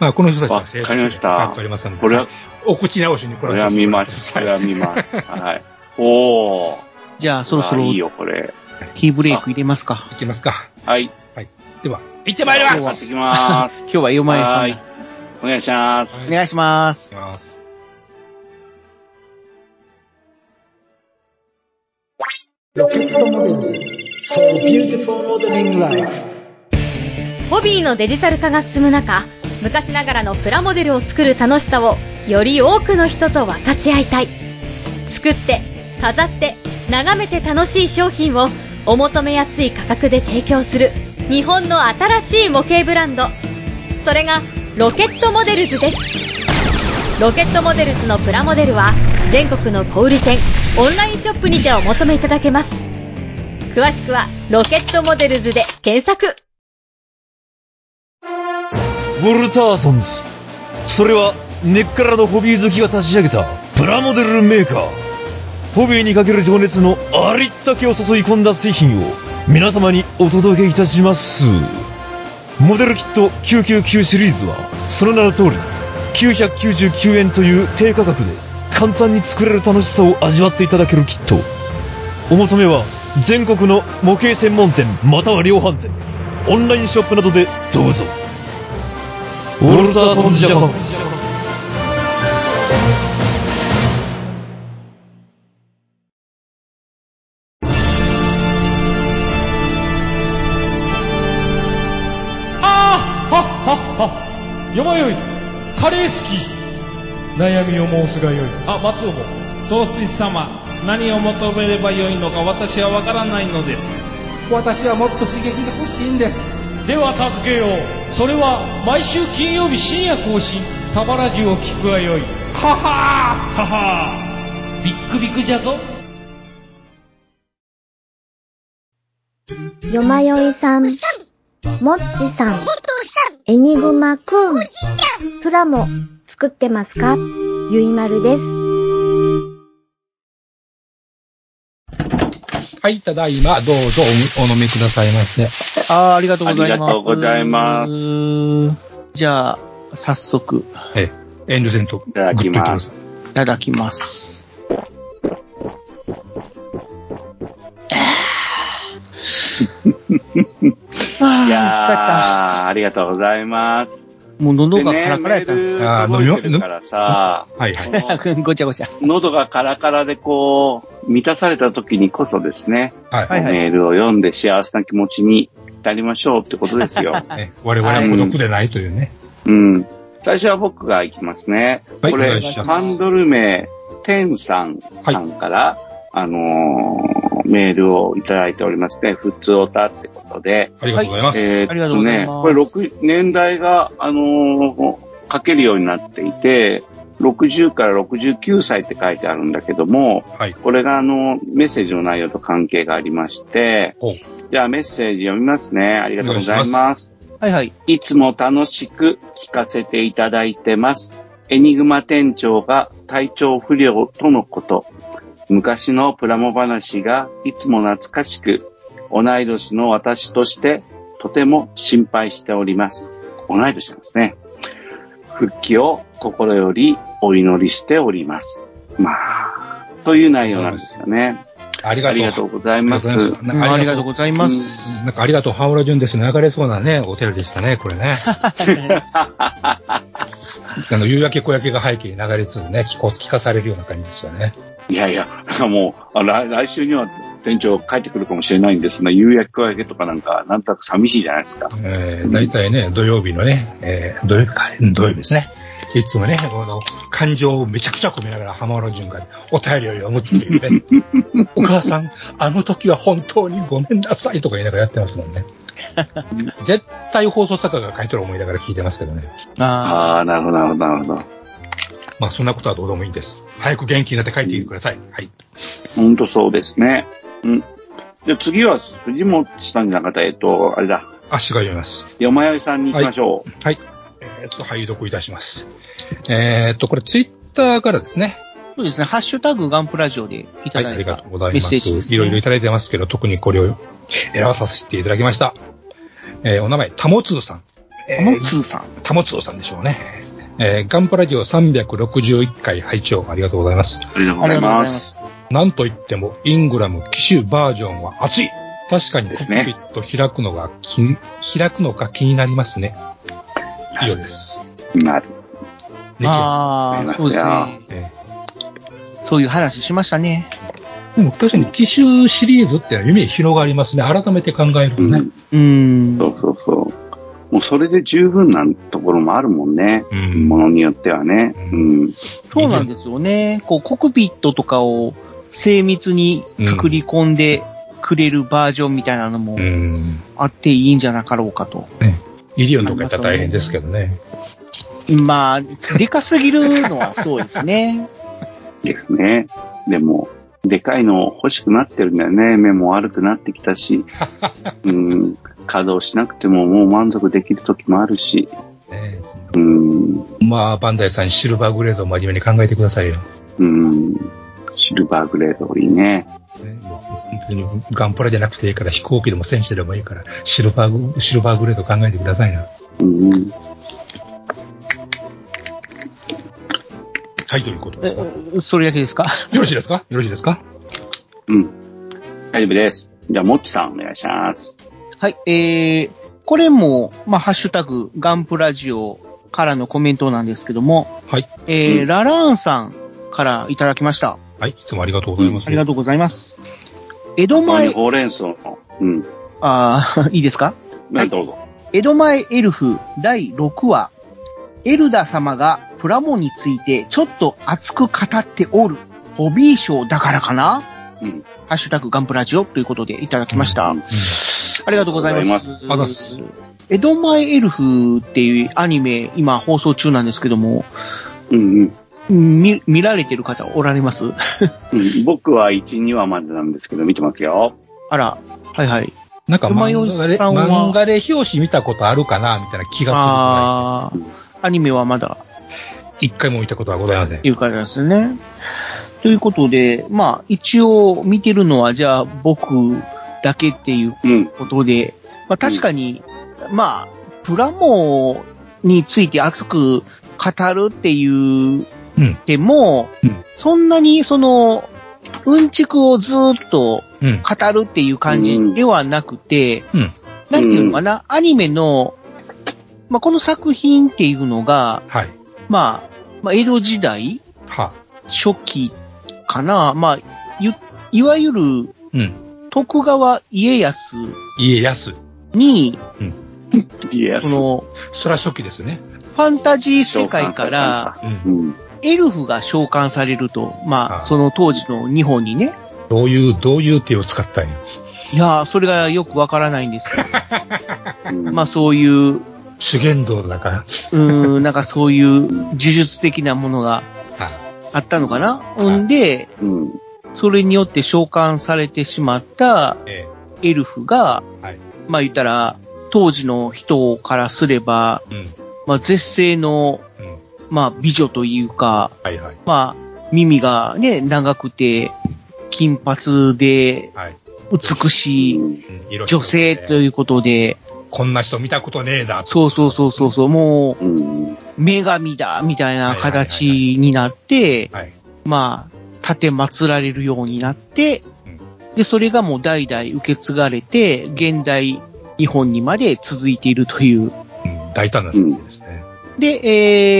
A: まあ、この人たちは制
B: わかりました
A: やっておりますので、
B: これは、
A: お口直しにこ
B: こ
A: れ
B: れは
A: <laughs>
B: 見ます。これは見ます。はい。おー。
C: じゃあ、そろそ
B: あ
C: ろ
B: いいよ、これ。
C: ティーブレイク入れますか。
A: いきますか。
B: はい。
A: では、行ってまいります
B: 買ってきます。
C: 今日はヨマエさん
B: はい
C: だ。
B: お願いします。
C: お願いします。
A: 行きます。
E: ホビーのデジタル化が進む中昔ながらのプラモデルを作る楽しさをより多くの人と分かち合いたい作って飾って眺めて楽しい商品をお求めやすい価格で提供する日本の新しい模型ブランドそれがロケットモデルズですロケットモデルズのプラモデルは全国の小売店オンラインショップにてお求めいただけます詳しくは「ロケットモデルズ」で検索
F: ウォルターソンズそれは根っからのホビー好きが立ち上げたプラモデルメーカーホビーにかける情熱のありったけを注い込んだ製品を皆様にお届けいたしますモデルキット999シリーズはその名の通り999円という低価格で簡単に作れる楽しさを味わっていただけるキットお求めは全国の模型専門店または量販店オンラインショップなどでどうぞウォルターソンズジャパン
G: あーはっはっはよまよいカレー好き悩みを申すがよいあ松尾も
H: 総帥様何を求めればよいのか私はわからないのです
G: 私はもっと刺激が欲しいんですでは助けようそれは毎週金曜日深夜更新サバラジュを聞くがよいははーははービックビックじゃぞ
I: よまよいさん、もっちさん、エニグマくん、プラモ作ってますかゆいまるです。
A: はい、ただいま、どうぞおお飲みくださいませ。
C: あーありがとうございます。
B: ありがとうございます
C: じゃあ、早速、
A: ええ、遠慮せんと。
B: いただきます。
C: いただきます。あー
B: い
C: あ
B: やー、ありがとうございます。
C: ー、疲れた。もう喉が
B: でね
C: カラカラやったんですよ。
B: メール届いてるからさ、
A: グッときますあー飲みよ飲みはいはい
B: この
C: ごちゃごちゃ。
B: 喉がカラカラでこう、満たされた時にこそですね、
A: はい。
C: はい
B: メールを読んで幸せな気持ちになりましょうってことですよ。
A: え我々は孤独でないというね。
B: うん。最初は僕が行きますね。
A: はい
B: こ
A: お願
B: れ、
A: いします
B: ハンドル名、てんさんさんから、あのーメールをいただいておりますね。普通おたってことで。
A: ありがとうございます。
B: えーっ
C: ありがとうございます
B: これ、6、年代が、あのー書けるようになっていて、60から69歳って書いてあるんだけども、
A: はい。
B: これがあの、メッセージの内容と関係がありまして
A: ほう、
B: じゃあメッセージ読みますね。ありがとうござ
A: お
B: い
A: 願いし
B: ま。
A: ます
C: はいはい。
B: いつも楽しく聞かせていただいてます。エニグマ店長が体調不良とのこと。昔のプラモ話がいつも懐かしく、同い年の私としてとても心配しております。同い年なんですね。復帰を心よりお祈りしております。まあ、という内容なんですよね。
A: あり
B: あ
A: が
B: り
A: とう。
B: がとうございます。
A: ありがとうござい
C: うん
A: ます
C: ありがとうございます。
A: なんかありがとう、ハオラ順ですね。流れそうなね、お寺でしたね、これ <laughs> ね。あの、夕焼け小焼けが背景に流れつつね、気候聞かされるような感じですよね。
B: いやいや、 <laughs> なんかもう、あ来来週には店長帰ってくるかもしれないんですが、夕焼け小焼けとかなんか、なんとなく寂しいじゃないですか。
A: えー、大体ね、土曜日のね、えー、土曜日か、うん土曜日ですね。いつもね、この、感情をめちゃくちゃ込めながら、浜原淳がお便りを読むっていうね。お母さん、あの時は本当にごめんなさいとか言いながらやってますもんね。絶対放送作家が書いてる思いながら聞いてますけどね。
C: あ
B: ああ、なるほど、なるほど、なるほど。
A: まあ、そんなことはどうでもいいんです。早く元気になって帰ってきてください。はい。
B: ほんとそうですね。うん。じゃあ次は、藤本さんじゃなかった、えっと、あれだ、
A: 足が読みます。
B: 山よいさんに行きましょう。
A: はい。えーっと、拝読いたします。えーっと、これツイッターからですね。
C: ーそうですね。ハッシュタグガンプラジオでいた
A: はい、
C: だ
A: あ
C: い
A: り
C: た、
A: がとうございます。
C: メッセージですね
A: いろいろいただいてますけど、特にこれを選ばさせていただきました。えーお名前、たもつーさん。
C: この通さん。
A: たもつーさんでしょうね。えーガンプラジオ361回拝聴ありがとうございます。
B: ありがとうございます。
A: なんといっても、イングラム機種バージョンは熱い確かにコ
B: で
A: ッ
B: すね
A: クピット開くのが気に、開くのが気になりますね。以上です。
B: なる。
C: ああ、そうですね。
A: できるえ
C: そういう話しましたね。
A: ーでも確かに機種シリーズっていうのは夢広がりますね。改めて考えると
B: う
A: ね
B: ん。。
C: うーん。
B: そうそうそう。もうそれで十分なところもあるもんね。
A: うん
B: ものによってはね。うん。
C: そうなんですよね。こう、コクピットとかを精密に作り込んでくれるバージョンみたいなのも
A: うん。
C: あっていいんじゃなかろうかと。
A: イリオンとかやったら大変ですけどね。
C: まあ、でかすぎるのはそうですね。
B: ですね。でも、でかいの欲しくなってるんだよね。目も悪くなってきた
C: <laughs>
B: し、うん、稼働しなくてももう満足できる時もあるし、
J: ねえそ
B: うん、
J: のまあ、バンダイさんシルバーグレードを真面目に考えてくださいよ。
B: うん、シルバーグレードいい
J: ね
B: ね。
J: もう本当にガンプラじゃなくていいから、飛行機でも戦車でもいいから、シルバーグ、シルバーグレード考えてくださいな。
B: うん、
J: はい、ということで。よ
C: えそれだけですか
J: ろしいですかよろしいですか
B: うん。大丈夫です。じゃあ、もっちさんお願いします。
C: <laughs> はい、えー、これも、まあ、ハッシュタグ、ガンプラジオからのコメントなんですけども、
J: はい。
C: えー
B: うん
C: ララーンさんからいただきました。
J: はい、いつもありがとうございます。
C: ありがとうございます。江戸
B: ここに
C: 前、
B: ほうれん草の、うん。
C: あー <laughs> いいですか
B: ま
C: は
B: あ
C: い
B: どうぞ。
C: 江戸前エルフ第6話、エルダ様がプラモについてちょっと熱く語っておる、ホビー賞だからかな
B: うん。
C: ハッシュタグガンプラジオということでいただきました。
B: うん
C: ありがとうございま
J: あ
C: す。
J: りがとうございますあ
C: 江戸前エルフっていうアニメ、今放送中なんですけども、
B: うんうん。
C: 見見られてる方おられます
B: うん僕は1、2話までなんですけど、見てますよ。
C: あら、はいはい。
J: なんか
C: 熊
J: 漫画
C: 吉
J: で、
C: さんは
J: 漫画で表紙見たことあるかなみたいな気がするぐ
C: ああ、アニメはまだ
J: らい。一回も見たことはございません。
C: いう感じなんですね。ということで、まあ、一応見てるのは、じゃあ僕だけっていう
B: うん。
C: ことで、まあ確かに、まあ、プラモについて熱く語るっていう
J: うん。
C: でも、
J: うん
C: そんなにその、うんちくをずっと
J: うん。
C: 語るっていう感じではなくて、
J: うん。
C: なんていうのかな、アニメの、まあ、この作品っていうのが、
J: はい。
C: まあ、まあ、江戸時代
J: は。
C: 初期かな、まあ、ゆいわゆる
J: うん。
C: 徳川家康
J: 家康。
C: に、
B: イエ
C: その、
J: そら初期ですね。
C: ファンタジー世界から、
J: う。
B: うんん。
C: エルフが召喚されると、ま
J: あ
C: あ、その当時の日本にね、
J: どういう、どういう手を使ったんや。
C: いやー、それがよくわからないんですけ
B: うん <laughs>
C: ど、まあそういう、う
J: 修験道だから。
C: ーん、なんかそういう呪術的なものが
J: は
C: あったのかな、
J: い
C: んで、
B: うん。
C: それによって召喚されてしまった
J: い。え
C: エルフが、
J: え。はい。
C: まあ言ったら、当時の人からすれば、
J: うん。
C: まあ絶世の、
J: うん。
C: まあ美女というか、
J: はいはい。
C: まあ耳がね、長くて、金髪で
J: はい。
C: 美しい
J: うん色々
C: 女性ということで、
J: こんな人見たことねえな。
C: そうそうそうそうそう、もう、
B: うん。
C: 女神だみたいな形になって、
J: はい。
C: まあ、立て祀られるようになって
J: うん、
C: で、それがもう代々受け継がれて、現代日本にまで続いているという。
J: うん大胆な作品ですね。
C: で、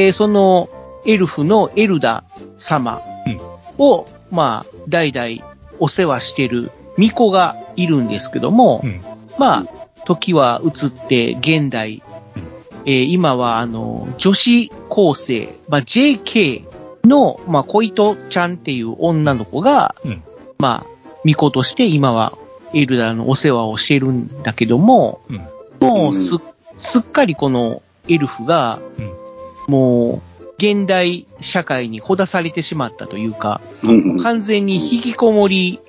C: えーそのエルフのエルダ様
J: うん
C: を、まあ、代々お世話している巫女がいるんですけども、
J: うん。
C: まあ、時は移って現代
J: うん、
C: えー今はあの、女子高生、まあ、JK の、まあ、恋人ちゃんっていう女の子が、
J: うん
C: まあ、巫女として今はエルダのお世話をしてるんだけども、
J: うん。
C: もうす
B: う、
C: すっかりこのエルフが、
J: うん
C: もう、現代社会にほだされてしまったというか、
B: うん。
C: 完全に引きこもり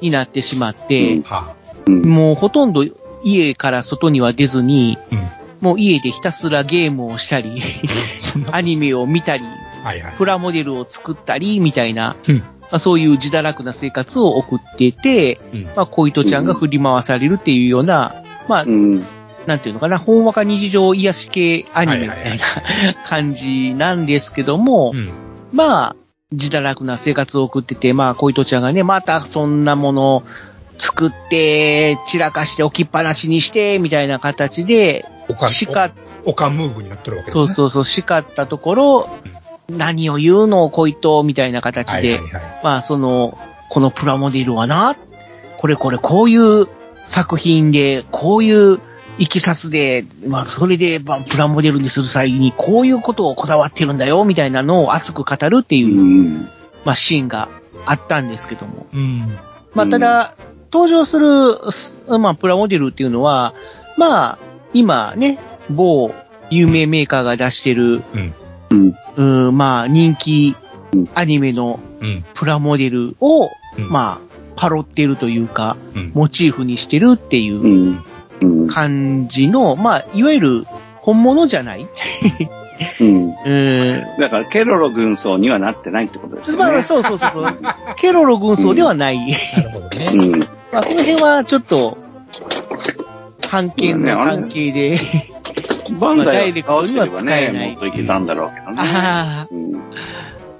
C: になってしまって、
B: うん
J: は
B: うん。
C: もうほとんど家から外には出ずに、
J: うん
C: もう家でひたすらゲームをしたり、 <laughs> アニメを見たり、
J: あ。はいはい。
C: プラモデルを作ったり、みたいな、
J: うん
C: まあ、そういう自堕落な生活を送ってて、
J: うん。
C: まあ、恋人ちゃんが振り回されるっていうような、まあ
B: う、ん。
C: なんていうのかな、ほんわか日常癒し系アニメみた
J: はい
C: いな感じなんですけども、
J: うん。
C: まあ、自堕落な生活を送ってて、まあ、恋人ちゃんがね、またそんなものを作って、散らかして置きっぱなしにして、みたいな形で、
J: おかん、
C: 叱っ、
J: おおかんムーブになってるわけです
C: そ
J: ね。
C: うそうそう、叱ったところ、何を言うの、恋人、みたいな形
J: はい
C: で
J: はい、はい。
C: まあ、その、このプラモデルはな、これこれこういう作品で、こういういきさつで、まあ、それで、まあ、プラモデルにする際に、こういうことをこだわってるんだよ、みたいなのを熱く語るっていうう、
B: ん。
C: まあ、シーンがあったんですけども。
J: うん。
B: う
C: まあ、
B: ん
C: ただ、登場するす、まあ、プラモデルっていうのは、まあ、今ね、某有名メーカーが出してる
J: うん
B: うん。
C: うーまあ、人気アニメの
J: うん。
C: プラモデルを、
J: うん
C: まあ、パロってるというか、
J: うん。
C: モチーフにしてるって
B: う。
C: いうん
B: うん。
C: 感じの、まあ、いわゆる本物じゃない
B: うん。
C: うーん。
B: だから、ケロロ軍曹にはなってないってことですよね。
C: まあ、そうそうそうそう。ケロロ軍曹ではない。
J: なるほどね。
B: うん。
C: <laughs> まあ、その辺はちょっと、判件の関係で、
B: バンダイ
C: まあダイレ
B: が倒
C: クト
B: し
C: に
B: て
C: は
B: れば
C: 使えな
B: ね、
C: い
B: もっといけたんだろうけどね。
C: <laughs> ああ、
B: うん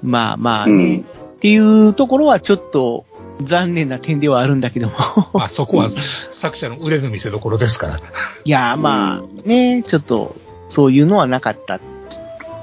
C: まあまあ
B: う
C: ね、
B: ん。
C: っていうところはちょっと残念な点ではあるんだけども。
J: まあそこは作者の腕の見せ所ですから。
C: いや、まあね、ちょっとそういうのはなかった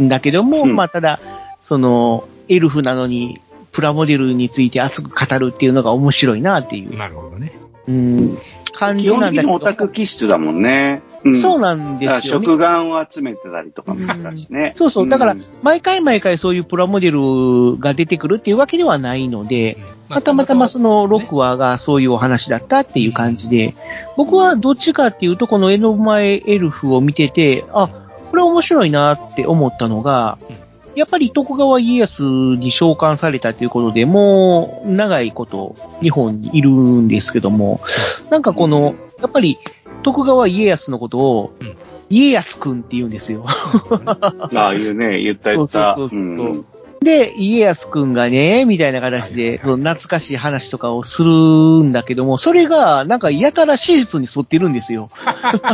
C: んだけども、
B: うん
C: まあただ、その、エルフなのに、プラモデルについて熱く語るっていうのが面白いなっていう、
J: なるほどね。
C: うん、感
B: 基
C: じな
B: 本
C: んだ
B: 的
C: け
B: に
C: ど。
B: オタク気質だもんね。ん
C: そうなんで
B: だから
C: すよ、ね。
B: 食玩を集めてたりとかもしたしね。
C: そうそう。だから
B: ん、
C: 毎回毎回そういうプラモデルが出てくるっていうわけではないので、またまたまその6話がそういうお話だったっていう感じで、僕はどっちかっていうと、この絵の前エルフを見てて、あ、これ面白いなって思ったのが
J: うん、
C: やっぱり徳川家康に召喚されたということで、もう長いこと日本にいるんですけども、なんかこの、やっぱり徳川家康のことを
J: うん、
C: 家康くんって言うんですよ。
B: ああいうね、言った言った。
C: そうそうそうそう
B: うん
C: で、家康くんがね、みたいな形
J: はいはい
C: で、
J: はい
C: その懐かしい話とかをするんだけども、それが、なんかやたら史実に沿ってるんですよ。
J: な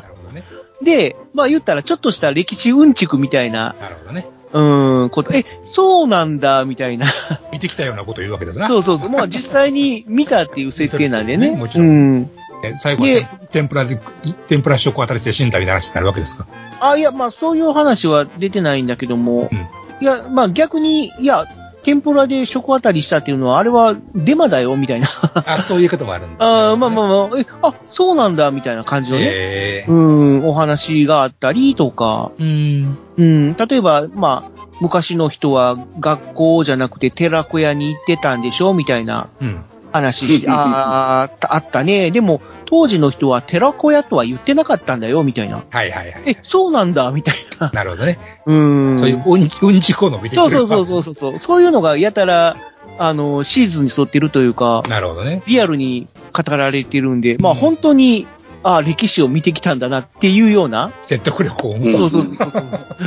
J: るほどね。
C: で、まあ言ったら、ちょっとした歴史うんちくみたいな、
J: なるほどね。
C: うーん、こと、え、そうなんだ、みたいな。
J: 見てきたようなこと言うわけですな。
C: そうそうそう。まあ実際に見たっていう設定なんでね。
J: ね <laughs> もちろん
C: うん。
J: え最後は
C: で
J: 天ぷらで、天ぷら食を当たりして死んだみたいな話になるわけですか。
C: あ、いや、まあそういう話は出てないんだけども、
J: うん
C: いや、まあ逆に、いや、天ぷらで食あたりしたっていうのは、あれはデマだよ、みたいな。
J: あ、そういうこともあるんだ。
C: あーまあま
J: あ。
C: あまあ、え、あ、そうなんだ、みたいな感じのね、
J: ええ。
C: うん、お話があったりとか、
J: うん。
C: うん、例えば、まあ、昔の人は学校じゃなくて寺子屋に行ってたんでしょみたいな
J: うん。<laughs>
C: 話しあーああったね。でも、当時の人は寺子屋とは言ってなかったんだよ、みたいな。
J: はいはいは
C: え
J: い、。
C: そうなんだ、みたいな。
J: なるほどね。
C: うん。
J: そういううんち、うんちこの見てく
C: そ
J: れ
C: う
J: る
C: そうそうそうそうそう。そういうのがやたら、あの、シーズンに沿ってるというか、
J: なるほどね。
C: リアルに語られてるんで、まあ
J: うん
C: 本当に、ああ、歴史を見てきたんだなっていうような、
J: 説得力を持っ
B: うん
J: た
C: そうそうそうそう、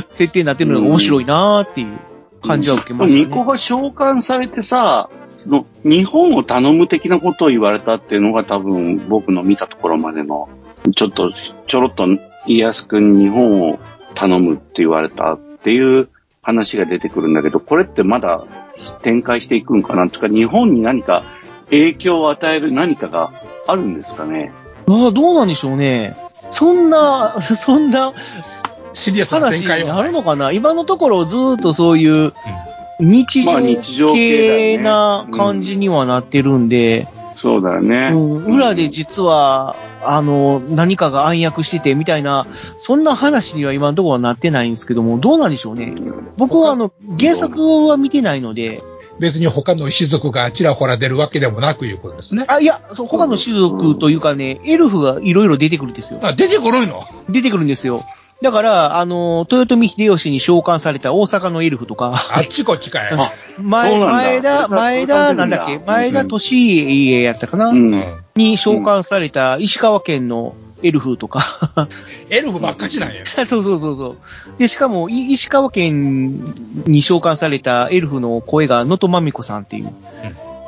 C: 設定になってるのが面白いなーっていう感じは受けまし
B: ニ
C: た
B: コ
C: ね。
B: が召喚されてさ、その日本を頼む的なことを言われたっていうのが多分僕の見たところまでの、ちょっとちょろっと家康くんに日本を頼むって言われたっていう話が出てくるんだけど、これってまだ展開していくんかなつうか日本に何か影響を与える何かがあるんですかね
C: ああ、どうなんでしょうね。そんな、そんな
J: シリアスな
C: 話
J: 展
C: に
J: 開を。
C: なるのかな今のところずーっとそういう日
B: まあ日常
C: 常
B: 系
C: 系
B: だよ
C: な
B: ね
C: 感じにはなってるんで、
B: そうだよね。
C: うん、裏で実は、あの、何かが暗躍しててみたいな、そんな話には今のところはなってないんですけども、どうなんでしょうね。僕はあの、原作は見てないので、
J: 別に他の士族がちらほら出るわけでもなくいうことですね。
C: あ、いや、そう他の種族というかね、エルフがいろいろ出てくるんですよ。
J: あ、出てこないの
C: 出てくるんですよ。だから、あの、豊臣秀吉に召喚された大阪のエルフとか、
J: あっちこっちかい。
B: あ
C: 前
B: <laughs> そうなんだそれ
C: 前田、
B: から
C: 前田、
B: それか
C: な
B: ら
C: んだっ
B: 出
C: け、
B: るんだ
C: 前田利家やったかな、
B: うん。
J: うん
C: に召喚された石川県のエルフとか、
J: エルフばっかしなんや。
C: <laughs> そうそうそうそう。で、しかも、い石川県に召喚されたエルフの声が、能登まみこさんっていう。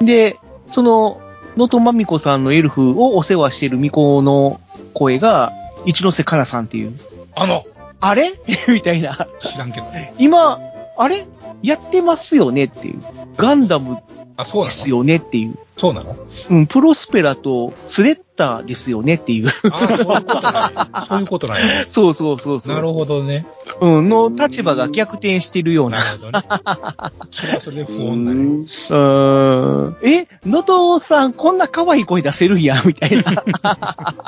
C: で、その、能登まみこさんのエルフをお世話している巫女の声が、一ノ瀬かなさんっていう。
J: あの、
C: あれ <laughs> みたいな。
J: 知らんけどね。
C: 今、あれやってますよねっていう。ガンダム
J: あ、そう
C: で
J: な
C: す
J: の
C: よねっていう。
J: そうなの
C: うん、プロスペラとスレッターですよねっていう。 <laughs>
J: あそういうことなん <laughs> や。そういうことなんや。
C: そうそうそうそう。
J: なるほどね。
C: うん、の立場が逆転してるような
J: な。るほどね。それはそれで不
B: う
J: 穏なんや
B: ん
C: うーんえ、のとさん、こんな可愛い声出せるんや、みたいな。 <laughs>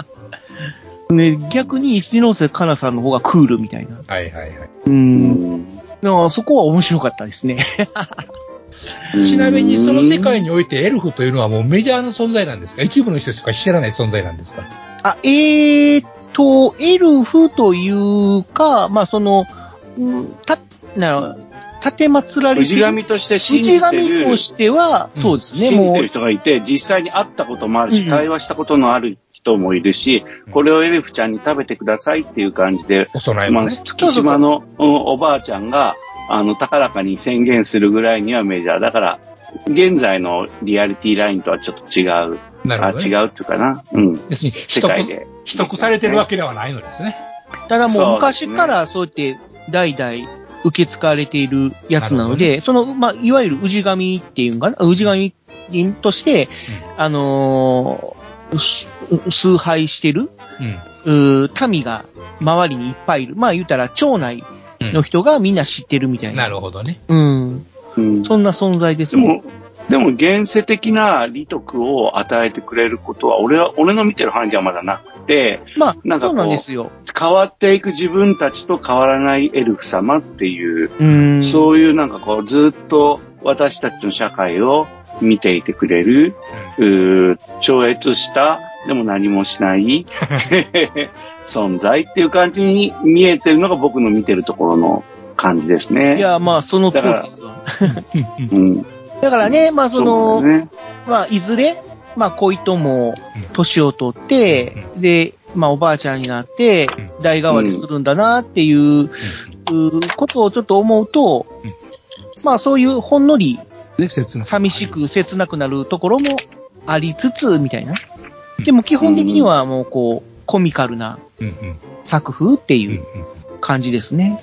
C: ね、逆に一ノ瀬かなさんの方がクールみたいな。
J: はいはいはい。
C: うん。だからそこは面白かったですね。
J: ちなみにその世界においてエルフというのはもうメジャーな存在なんですか一部の人しか知らない存在なんですか
C: あ、えーっと、エルフというか、まあ、その、うんた、な、盾祭られて
B: 氏
C: る。
B: 神として信じ
C: 内
B: てる
C: 神と、しては、そうですね、
B: 信じ
C: も
B: て
C: う
B: る、人がいて、実際に会ったこともあるし、
C: うん
B: 会話したことのある人もいるし、これをエルフちゃんに食べてくださいっていう感じで、
J: お供え
B: ま
J: も
B: あ、
J: ね。
B: 月島のうんおばあちゃんが、あの、高らかに宣言するぐらいにはメジャー。だから、現在のリアリティラインとはちょっと違う。
J: なる
B: あ
J: ほど、ね。
B: 違うっていうかな。うん。
J: 要するに、
B: 世
J: 取
B: 界
J: 得、
B: で。
J: 取得されてるわけではないのですね。
C: ただもう昔
B: そうですね
C: からそうやって代々受け継がれているやつなので、その、まあ、いわゆる氏神っていうんかな、氏神として、あのーす崇拝してる、
J: うん。
C: うー民が周りにいっぱいいる。まあ言うたら町内の人がみんな知ってるみたい
J: な
C: な。
J: るほどね。
C: うん。
B: うん
C: そんな存在です
B: で
C: ね。
B: も、でも現世的な利得を与えてくれることは、俺は、俺の見てる範囲ではまだなくて、
C: ま
B: な
C: あ、
B: んかこ
C: そ
B: う
C: うなんですよ。
B: 変わっていく自分たちと変わらないエルフ様っていう、
C: うーん。
B: そういうなんかこう、ずっと私たちの社会を見ていてくれる、うー超越した、でも何もし
C: <laughs>
B: ない、存在っていう感じに見えてるのが僕の見てるところの感じですね。
C: いや、まあ、その通りですよ。
B: うん。
C: だからね、まあ、そ
B: そう
C: の、
B: だよ
C: <laughs>
B: ね。
C: まあ、いずれ、まあ、恋とも、年を取って、で、まあ、おばあちゃんになって、代替わりするんだなっていう、うーことをちょっと思うと、
J: うん
C: まあ、そういうほんのり
J: で、切なさ
C: 寂しく、切なくなるところもありつつ、みたいな。でも、基本的にはもう、こう、コミカルな
J: うんうん。
C: 作風って
J: う
C: いうん
J: うん。
C: 感じですね。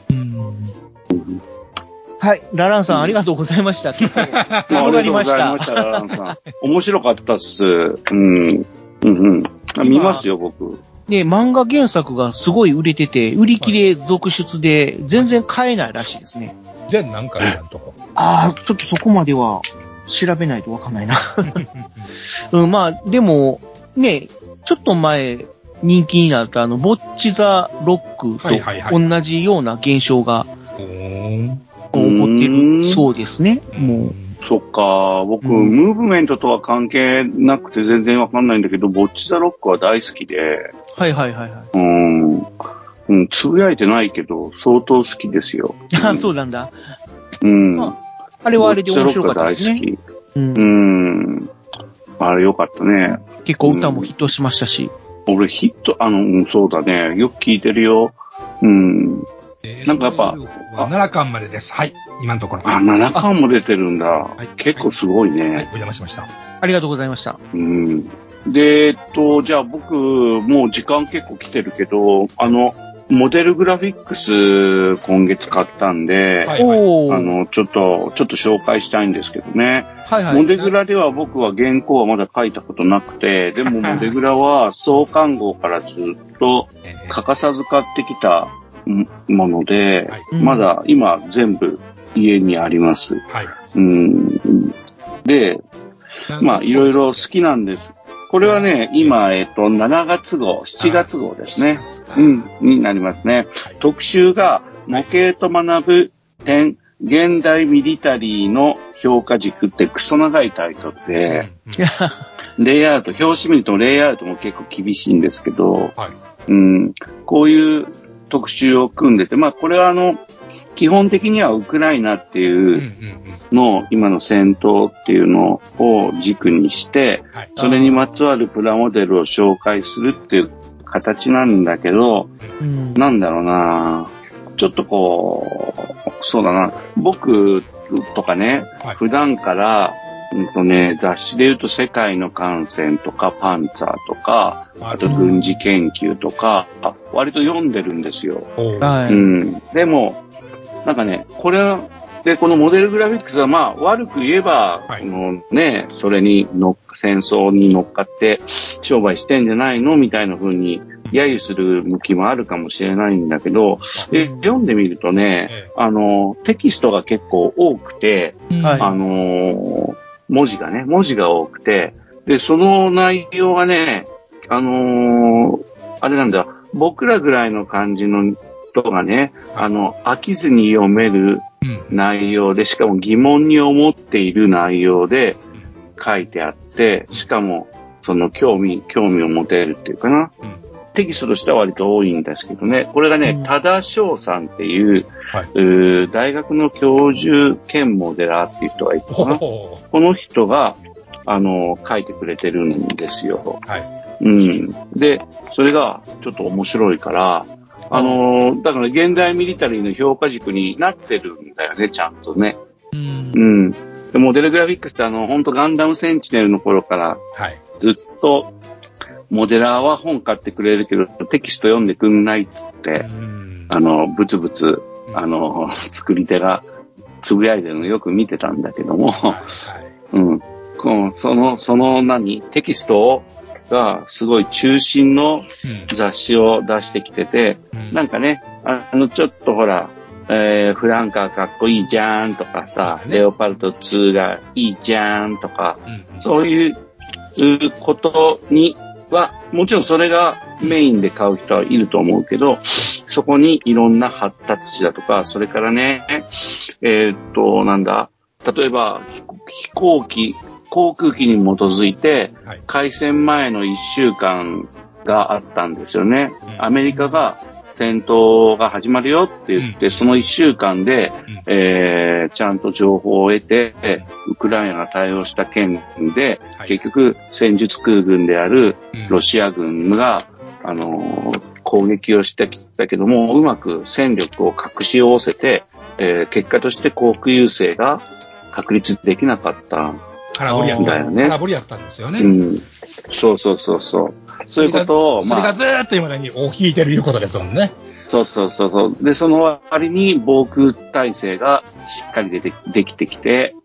C: はい。ラランさん、ありがとうございました。結構 <laughs>
B: まあ、あ
C: 広が
B: りがと
C: り
B: うご
C: まし
B: ざい
C: た
B: まし。た、ラランさん。面白かったっす。うん。うんうん。あ見ますよ、僕。
C: ね、漫画原作がすごい売れてて、売り切れ続出で、全然買えないらしいですね。
J: 全何回なんとこ。
C: ああ、ちょっとそこまでは調べないとわかんないな。 <laughs> うん、まあ、でも、ね、ちょっと前人気になったあの、ボッチザ・ロック
J: はいはい
C: と
J: はい
C: 同じような現象が
J: おーん。
C: 起こって
B: うーん
C: るそうですね。もう。
B: そっか、僕、
C: うん
B: ムーブメントとは関係なくて全然わかんないんだけど、ボッチザロックは大好きで、
C: はいはいはいはい。
B: うん。うん、つぶやいてないけど、相当好きですよ。
C: <laughs> あそうなんだ。
B: うん。
C: まあれはあれで面白かったです
B: ボッ
C: ね。
B: チザロックは
C: う、
B: 大好き。うんん。あれよかったね。
C: 結構歌もヒットしましたし。
B: 俺ヒット、あの、うんそうだね。よく聞いてるよ。うん。なんかやっぱあ
J: 7巻までです。はい。今のところ。
B: あ、
J: はい。
B: 7巻も出てるんだ。
J: い
B: 結構すごいね。
J: お邪魔しました。
C: ありがとうございました。
B: うん。で、えっと、じゃあ僕、もう時間結構来てるけど、あの、モデルグラフィックス今月買ったんで、
J: はいはい
C: お
B: あ
C: ー。
B: の、ちょっと、ちょっと紹介したいんですけどね。
C: はいはい。
B: モデグラでは僕は原稿はまだ書いたことなくて、でもモデグラは創刊号からずっと
J: えー
B: 欠かさず買ってきたんもので、
J: はい
C: うん
B: ま
C: <laughs>
B: だ今全部家にあります。
J: はい。
B: うん。で、まあ、いろいろ好きなんです。これはね、今、えっと、7月号、7月号ですね。う
J: うん。
B: ん、になりますね。特集が、模型と学ぶ点、現代ミリタリーの評価軸ってクソ長いタイトルで、レイアウト、表紙見るとレイアウトも結構厳しいんですけど、
J: はい
B: うん、こういう特集を組んでて、まあ、これはあの、基本的にはウクライナっていう、
J: うんうんうん。
B: の今の戦闘っていうのを軸にして、
J: はい。
B: それにまつわるプラモデルを紹介するっていう形なんだけど、
C: うん
B: なんだろうなちょっとこう、そうだな、僕とかね、
J: はい
B: 普段から、うんとね、雑誌で言うと世界の感染とかパンツァーとか、
J: あ
B: あと軍事研究とか、あ割と読んでるんですよ。
J: おー
C: は
B: う
C: い。
B: ん。でも、なんかね、これは、で、このモデルグラフィックスは、まあ、悪く言えば、
J: はい
B: あのね、それにの、戦争に乗っかって商売してんじゃないのみたいな風に、揶揄する向きもあるかもしれないんだけど、で
C: うん
B: 読んでみるとね
J: ええ、
B: あの、テキストが結構多くて、
C: はい
B: あのー文字がね、文字が多くて、で、その内容がね、あのーあれなんだ、僕らぐらいの感じの人がね、あの、飽きずに読める
J: うん。
B: 内容で、しかも疑問に思っている内容で書いてあって、しかも、その興味、興味を持てるっていうかな。
J: うん
B: テキストとしては割と多いんですけどね、これがね、多田翔さんっていう、
J: はいう
B: ー大学の教授兼モデラーっていう人がいて
J: ほ
B: かな、
J: ほ
B: この人が、あの、書いてくれてるんですよ。
J: はい。
B: うん。で、それがちょっと面白いから、あのーだから現代ミリタリーの評価軸になってるんだよね、ちゃんとね。
J: うん
B: う。ん。でモデルグラフィックスってあの、本当ガンダムセンチネルの頃から
J: はい。
B: ずっと、モデラーは本買ってくれるけど、テキスト読んでくんないっつって
J: う、ん。
B: あの、ブツブツ、あの、作り手がつぶやいてるのよく見てたんだけども、
J: はい。
B: うん。こうその、その何、テキストを、が、すごい中心の雑誌を出してきてて、
J: うん
B: なんかね、あの、ちょっとほら、えー、フランカーかっこいいじゃーんとかさ、レオパルト2がいいじゃーんとか、
J: うん
B: そういううことには、もちろんそれがメインで買う人はいると思うけど、そこにいろんな発達値だとか、それからね、えーっと、なんだ、例えば飛飛行機、航空機に基づいて
J: はい、
B: 開戦前の1週間があったんですよね
J: う。ん
B: アメリカが戦闘が始まるよって言って、
J: うん
B: その1週間で、
J: うん
B: えーちゃんと情報を得て、ウクライナが対応した件で、
J: はい
B: 結局戦術空軍である
J: うん
B: ロシア軍が、あのー攻撃をしてきたけども、うまく戦力を隠し合わせて、えー結果として航空優勢が確立できなかった。
J: 空振りやっ
B: だ
J: た。
B: よね
J: 空振りやったんですよね。
B: うん。そうそうそうそう。そういうことを、
J: それ
B: ま
J: が
B: あ、
J: ずーっと今だに大きいてるいうことですもんね。
B: そうそうそうそう。で、その割に防空体制がしっかりでてできてきて、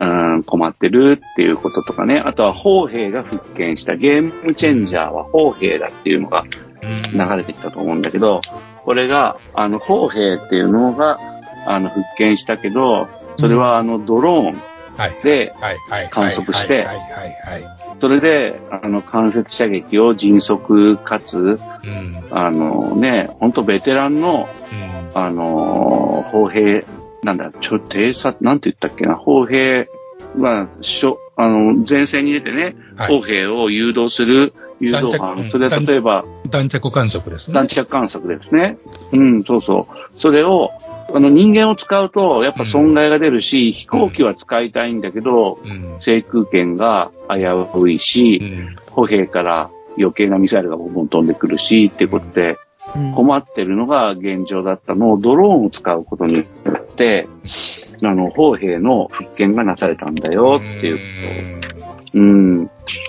J: うん。
B: うん、困ってるっていうこととかね。あとは、砲兵が復権したゲームチェンジャーは砲兵だっていうのが
J: うん
B: 流れてきたと思うんだけど、これが、あの、砲兵っていうのが、あの、復権したけど、それはあの、ドローン
J: はい。
B: で、
J: はい。はい。
B: 観測して
J: はい。はい。は
B: それで、あの、間接射撃を迅速か
J: い。
B: つ、
J: うん。うん。
B: あのね、ほんとベテランの、あのー、砲兵、なんだ、ちょ、偵察、なんて言ったっけな、砲兵は、しょ、あの、前線に出てね、
J: はい
B: 砲兵を誘導する誘導
J: 弾着う
B: 班。
J: ん
B: それは例えば、
J: 弾着観測ですね。
B: 弾着観測ですね。うん、そうそう。それを、あの、人間を使うと、やっぱ損害が出るし、飛行機は使いたいんだけど、
J: うん。
B: 制空権が危ういし、
J: うん。
B: 歩兵から余計なミサイルがボンボン飛んでくるし、っていうことで
C: うん
B: 困ってるのが現状だったのをドローンを使うことによって、あの、砲兵の復権がなされたんだよっていうこと。うん。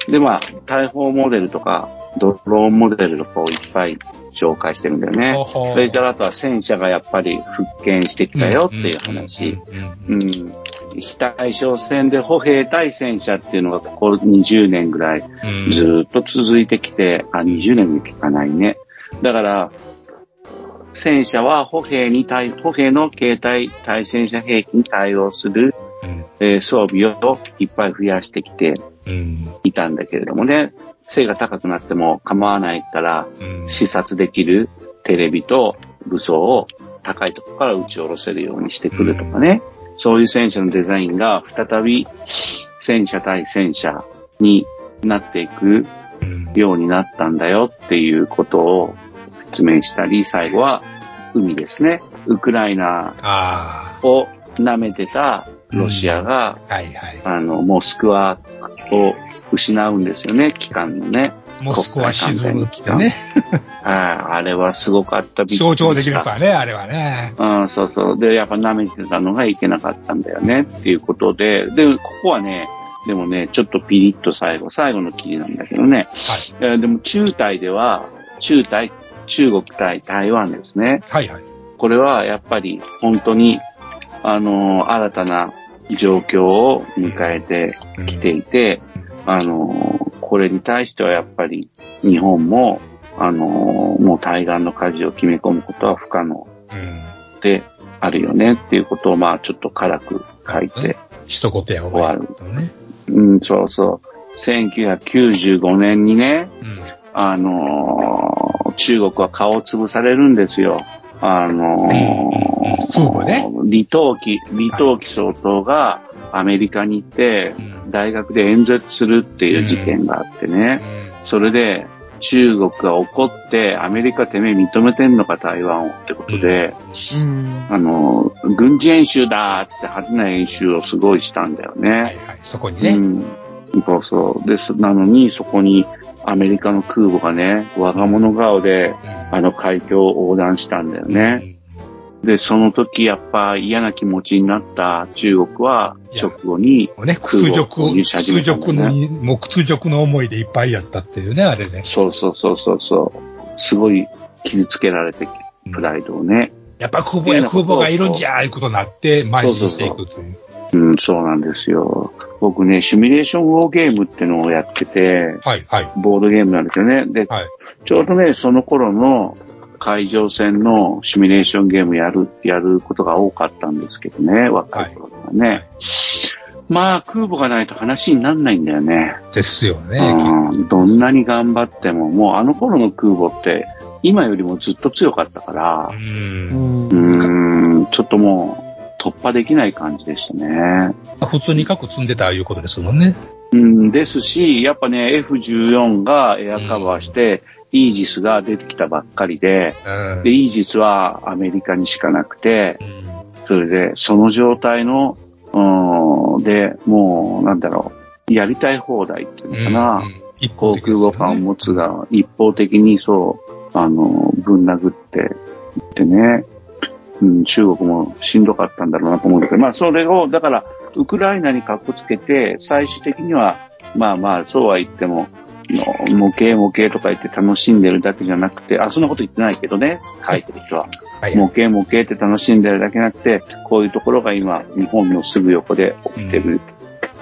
B: で、まあ、大砲モデルとか、ドローンモデルとかをいっぱい紹介してるんだよね。
J: そ
B: それからあとは戦車がやっぱり復権してきたよっていう話。うん、非対称戦で歩兵対戦車っていうのがここ20年ぐらいずーっと続いてきて、あ、20年も聞かないね。だから、戦車は歩兵に対、歩兵の携帯対戦車兵器に対応する、えー装備をいっぱい増やしてきていたんだけれどもね、背が高くなっても構わないから、視察できるテレビと武装を高いところから撃ち下ろせるようにしてくるとかね、そういう戦車のデザインが再び戦車対戦車になっていくようになったんだよっていうことを説明したり、最後は海ですね。ウクライナ
J: あ
B: を舐めてたロシアが、
J: あ、はいはい。
B: あの、モスクワを失うんですよね、機関のね。
J: モスクワ沈むってね。
B: はい、あれはすごかった。びっくりした
J: 象徴的ですわね、あれはね。
B: うん、そうそう。で、やっぱ舐めてたのがいけなかったんだよね、っていうことで、で、ここはね、でもね、ちょっとピリッと最後、最後の記事なんだけどね。
J: は
B: えーでも中台では、中台、中国対台湾ですね。
J: い。はいはい。
B: これはやっぱり本当に、あのー新たな状況を迎えてきていて、あのーこれに対してはやっぱり日本も、あのーもう対岸の舵を決め込むことは不可能
J: うん。
B: であるよねっていうことを、まあちょっと辛く書いて、
J: 一言や終わる。ね。
B: うん、そうそう。1995年にね、
J: うん。
B: あのー中国は顔を潰されるんですよ。あのー
J: 空母ね。
B: 李登輝、李登輝総統がアメリカに行って
J: う、ん。
B: 大学で演説するっていう事件があってね、それで、中国が怒って、アメリカてめえ認めてんのか、台湾をってことで、
C: うん。
B: あの、軍事演習だーっつって派手な演習をすごいしたんだよ
A: はい
B: ね。
A: はい。そこにね。
B: うん。そうそう。です。なのに、そこにアメリカの空母がね、我が物顔で、
A: うん
B: あの海峡を横断したんだよね。。で、その時やっぱ嫌な気持ちになった中国は、直後に、
A: もうね、屈辱を、
B: 空母を入手
A: 屈
B: 始めたんだ
A: 辱の
B: よね
A: に、もう屈辱の思いでいっぱいやったっていうね、あれね。
B: そうそうそうそうそう。すごい傷つけられて、プライドをね。
A: やっぱ空母や空母がいるんじゃーいうことになって、邁進していくという。
B: うん、そうなんですよ。僕ね、シミュレーションウォーゲームってのをやってて、
A: はい、はい、
B: ボードゲームなんですよね。で、
A: はい。
B: ちょうどね、その頃の海上戦のシミュレーションゲームやる、やることが多かったんですけどね、若い頃とかね。
A: はい
B: まあ、空母がないと話にならないんだよね。
A: ですよね。
B: うん、どんなに頑張っても、もうあの頃の空母って、今よりもずっと強かったから
A: う、。
C: うんん
B: う。ーん、ちょっともう突破できない感じでしたね。
A: 普通に核積んでたいうことですもんね。
B: うん、ですし、やっぱね、F14 がエアカバーして、イージスが出てきたばっかりで、
A: うん。
B: で、イージスはアメリカにしかなくて、
A: うん
B: それで、その状態の、うん、で、もう、なんだろう、やりたい放題っていうのかな、
A: うん一
B: 航
A: 方的で
B: 空
A: すよ
B: 母
A: ね
B: 艦を持つが、一方的にそう、あの、ぶん殴っていってね、うん、中国もしんどかったんだろうなと思うんだけど、まあそれを、だから、ウクライナにかっこつけて、最終的には、まあまあ、そうは言っても、の模型模型とか言って楽しんでるだけじゃなくて、あ、そんなこと言ってないけどね、書いてる人は。
A: はい
B: 模型模型って楽しんでるだけじゃなくて、こういうところが今、日本のすぐ横で起きてる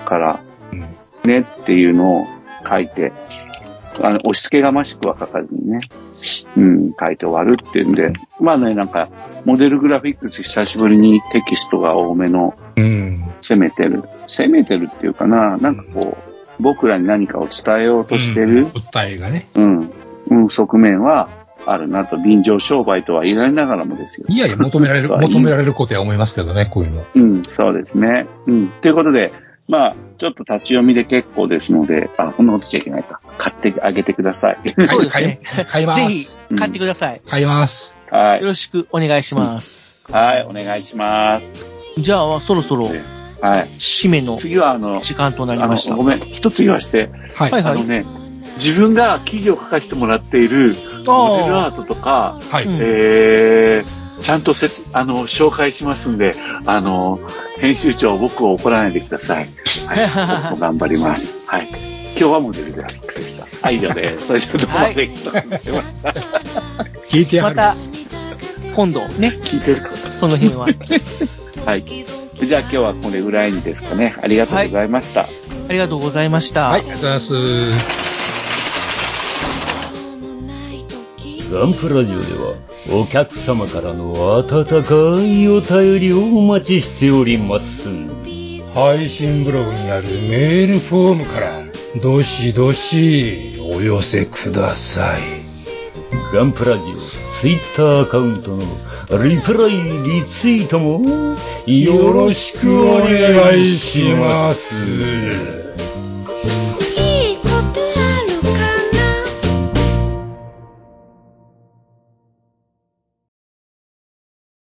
B: から、
A: うん
B: ねっていうのを書いて、あの、押し付けがましくは書かずにね、うん、書いて終わるっていうんで、まあね、なんか、モデルグラフィックス久しぶりにテキストが多めの
A: うん。
B: 攻めてる、攻めてるっていうかな、なんかこう、僕らに何かを伝えようとしてる、
A: 訴えがね。
B: うん、うん、側面はあるなと、便乗商売とは言いながらもですよ。
A: いやいや、求められる、
B: そうはい
A: 求められることや思いますけどね、こういうの。
B: うん、そうですね。うん。ということで、まあ、ちょっと立ち読みで結構ですので、あ、こんなことしちゃいけないか。買ってあげてください。
C: そう
A: は
C: ですね
A: い、買い、買いま
C: ぜひ
A: す。、
B: うん
C: 買ってください。
A: 買います。
B: はい。
C: よろしくお願いします。
B: はい、お願いします。
C: じゃあ、そろそろ、
B: はい。
C: 締めの
B: 次は、あの、
C: 時間となり
B: あ
C: ました。
B: の、ごめん、一つ言わして、
A: はい。
C: はい
B: あのね、自分が記事を書かせてもらっているモデルアートとか、
A: はい。
C: うん
B: えー、ちゃんとせつ、あの、紹介しますんで、あの、編集長、僕を怒らないでください。
C: <laughs>
B: はい。僕も頑張ります。はい。今日はモデルグラフィックスでした。はい、以上
C: <laughs>
B: です。それじゃあ、どこまで行ったかしました。
A: 聞いてや
C: ま
A: る。
C: た、今度ね、
B: 聞いてるか
C: その <laughs> 辺は。
B: はい。じゃあ、今日はこれぐらいにですかね。ありがとうございました。
C: ありがとうございました。
A: はい、ありがとうございます。
F: ガンプラジオではお客様からの温かいお便りをお待ちしております
K: 配信ブログにあるメールフォームからどしどしお寄せください
F: ガンプラジオツイッターアカウントのリプライリツイートもよ
K: よ
F: ろ
K: ろ
F: し
K: し
F: く
K: く
F: お
K: お
F: 願
K: 願
F: い
K: い
F: し
K: し
F: ま
K: ますす。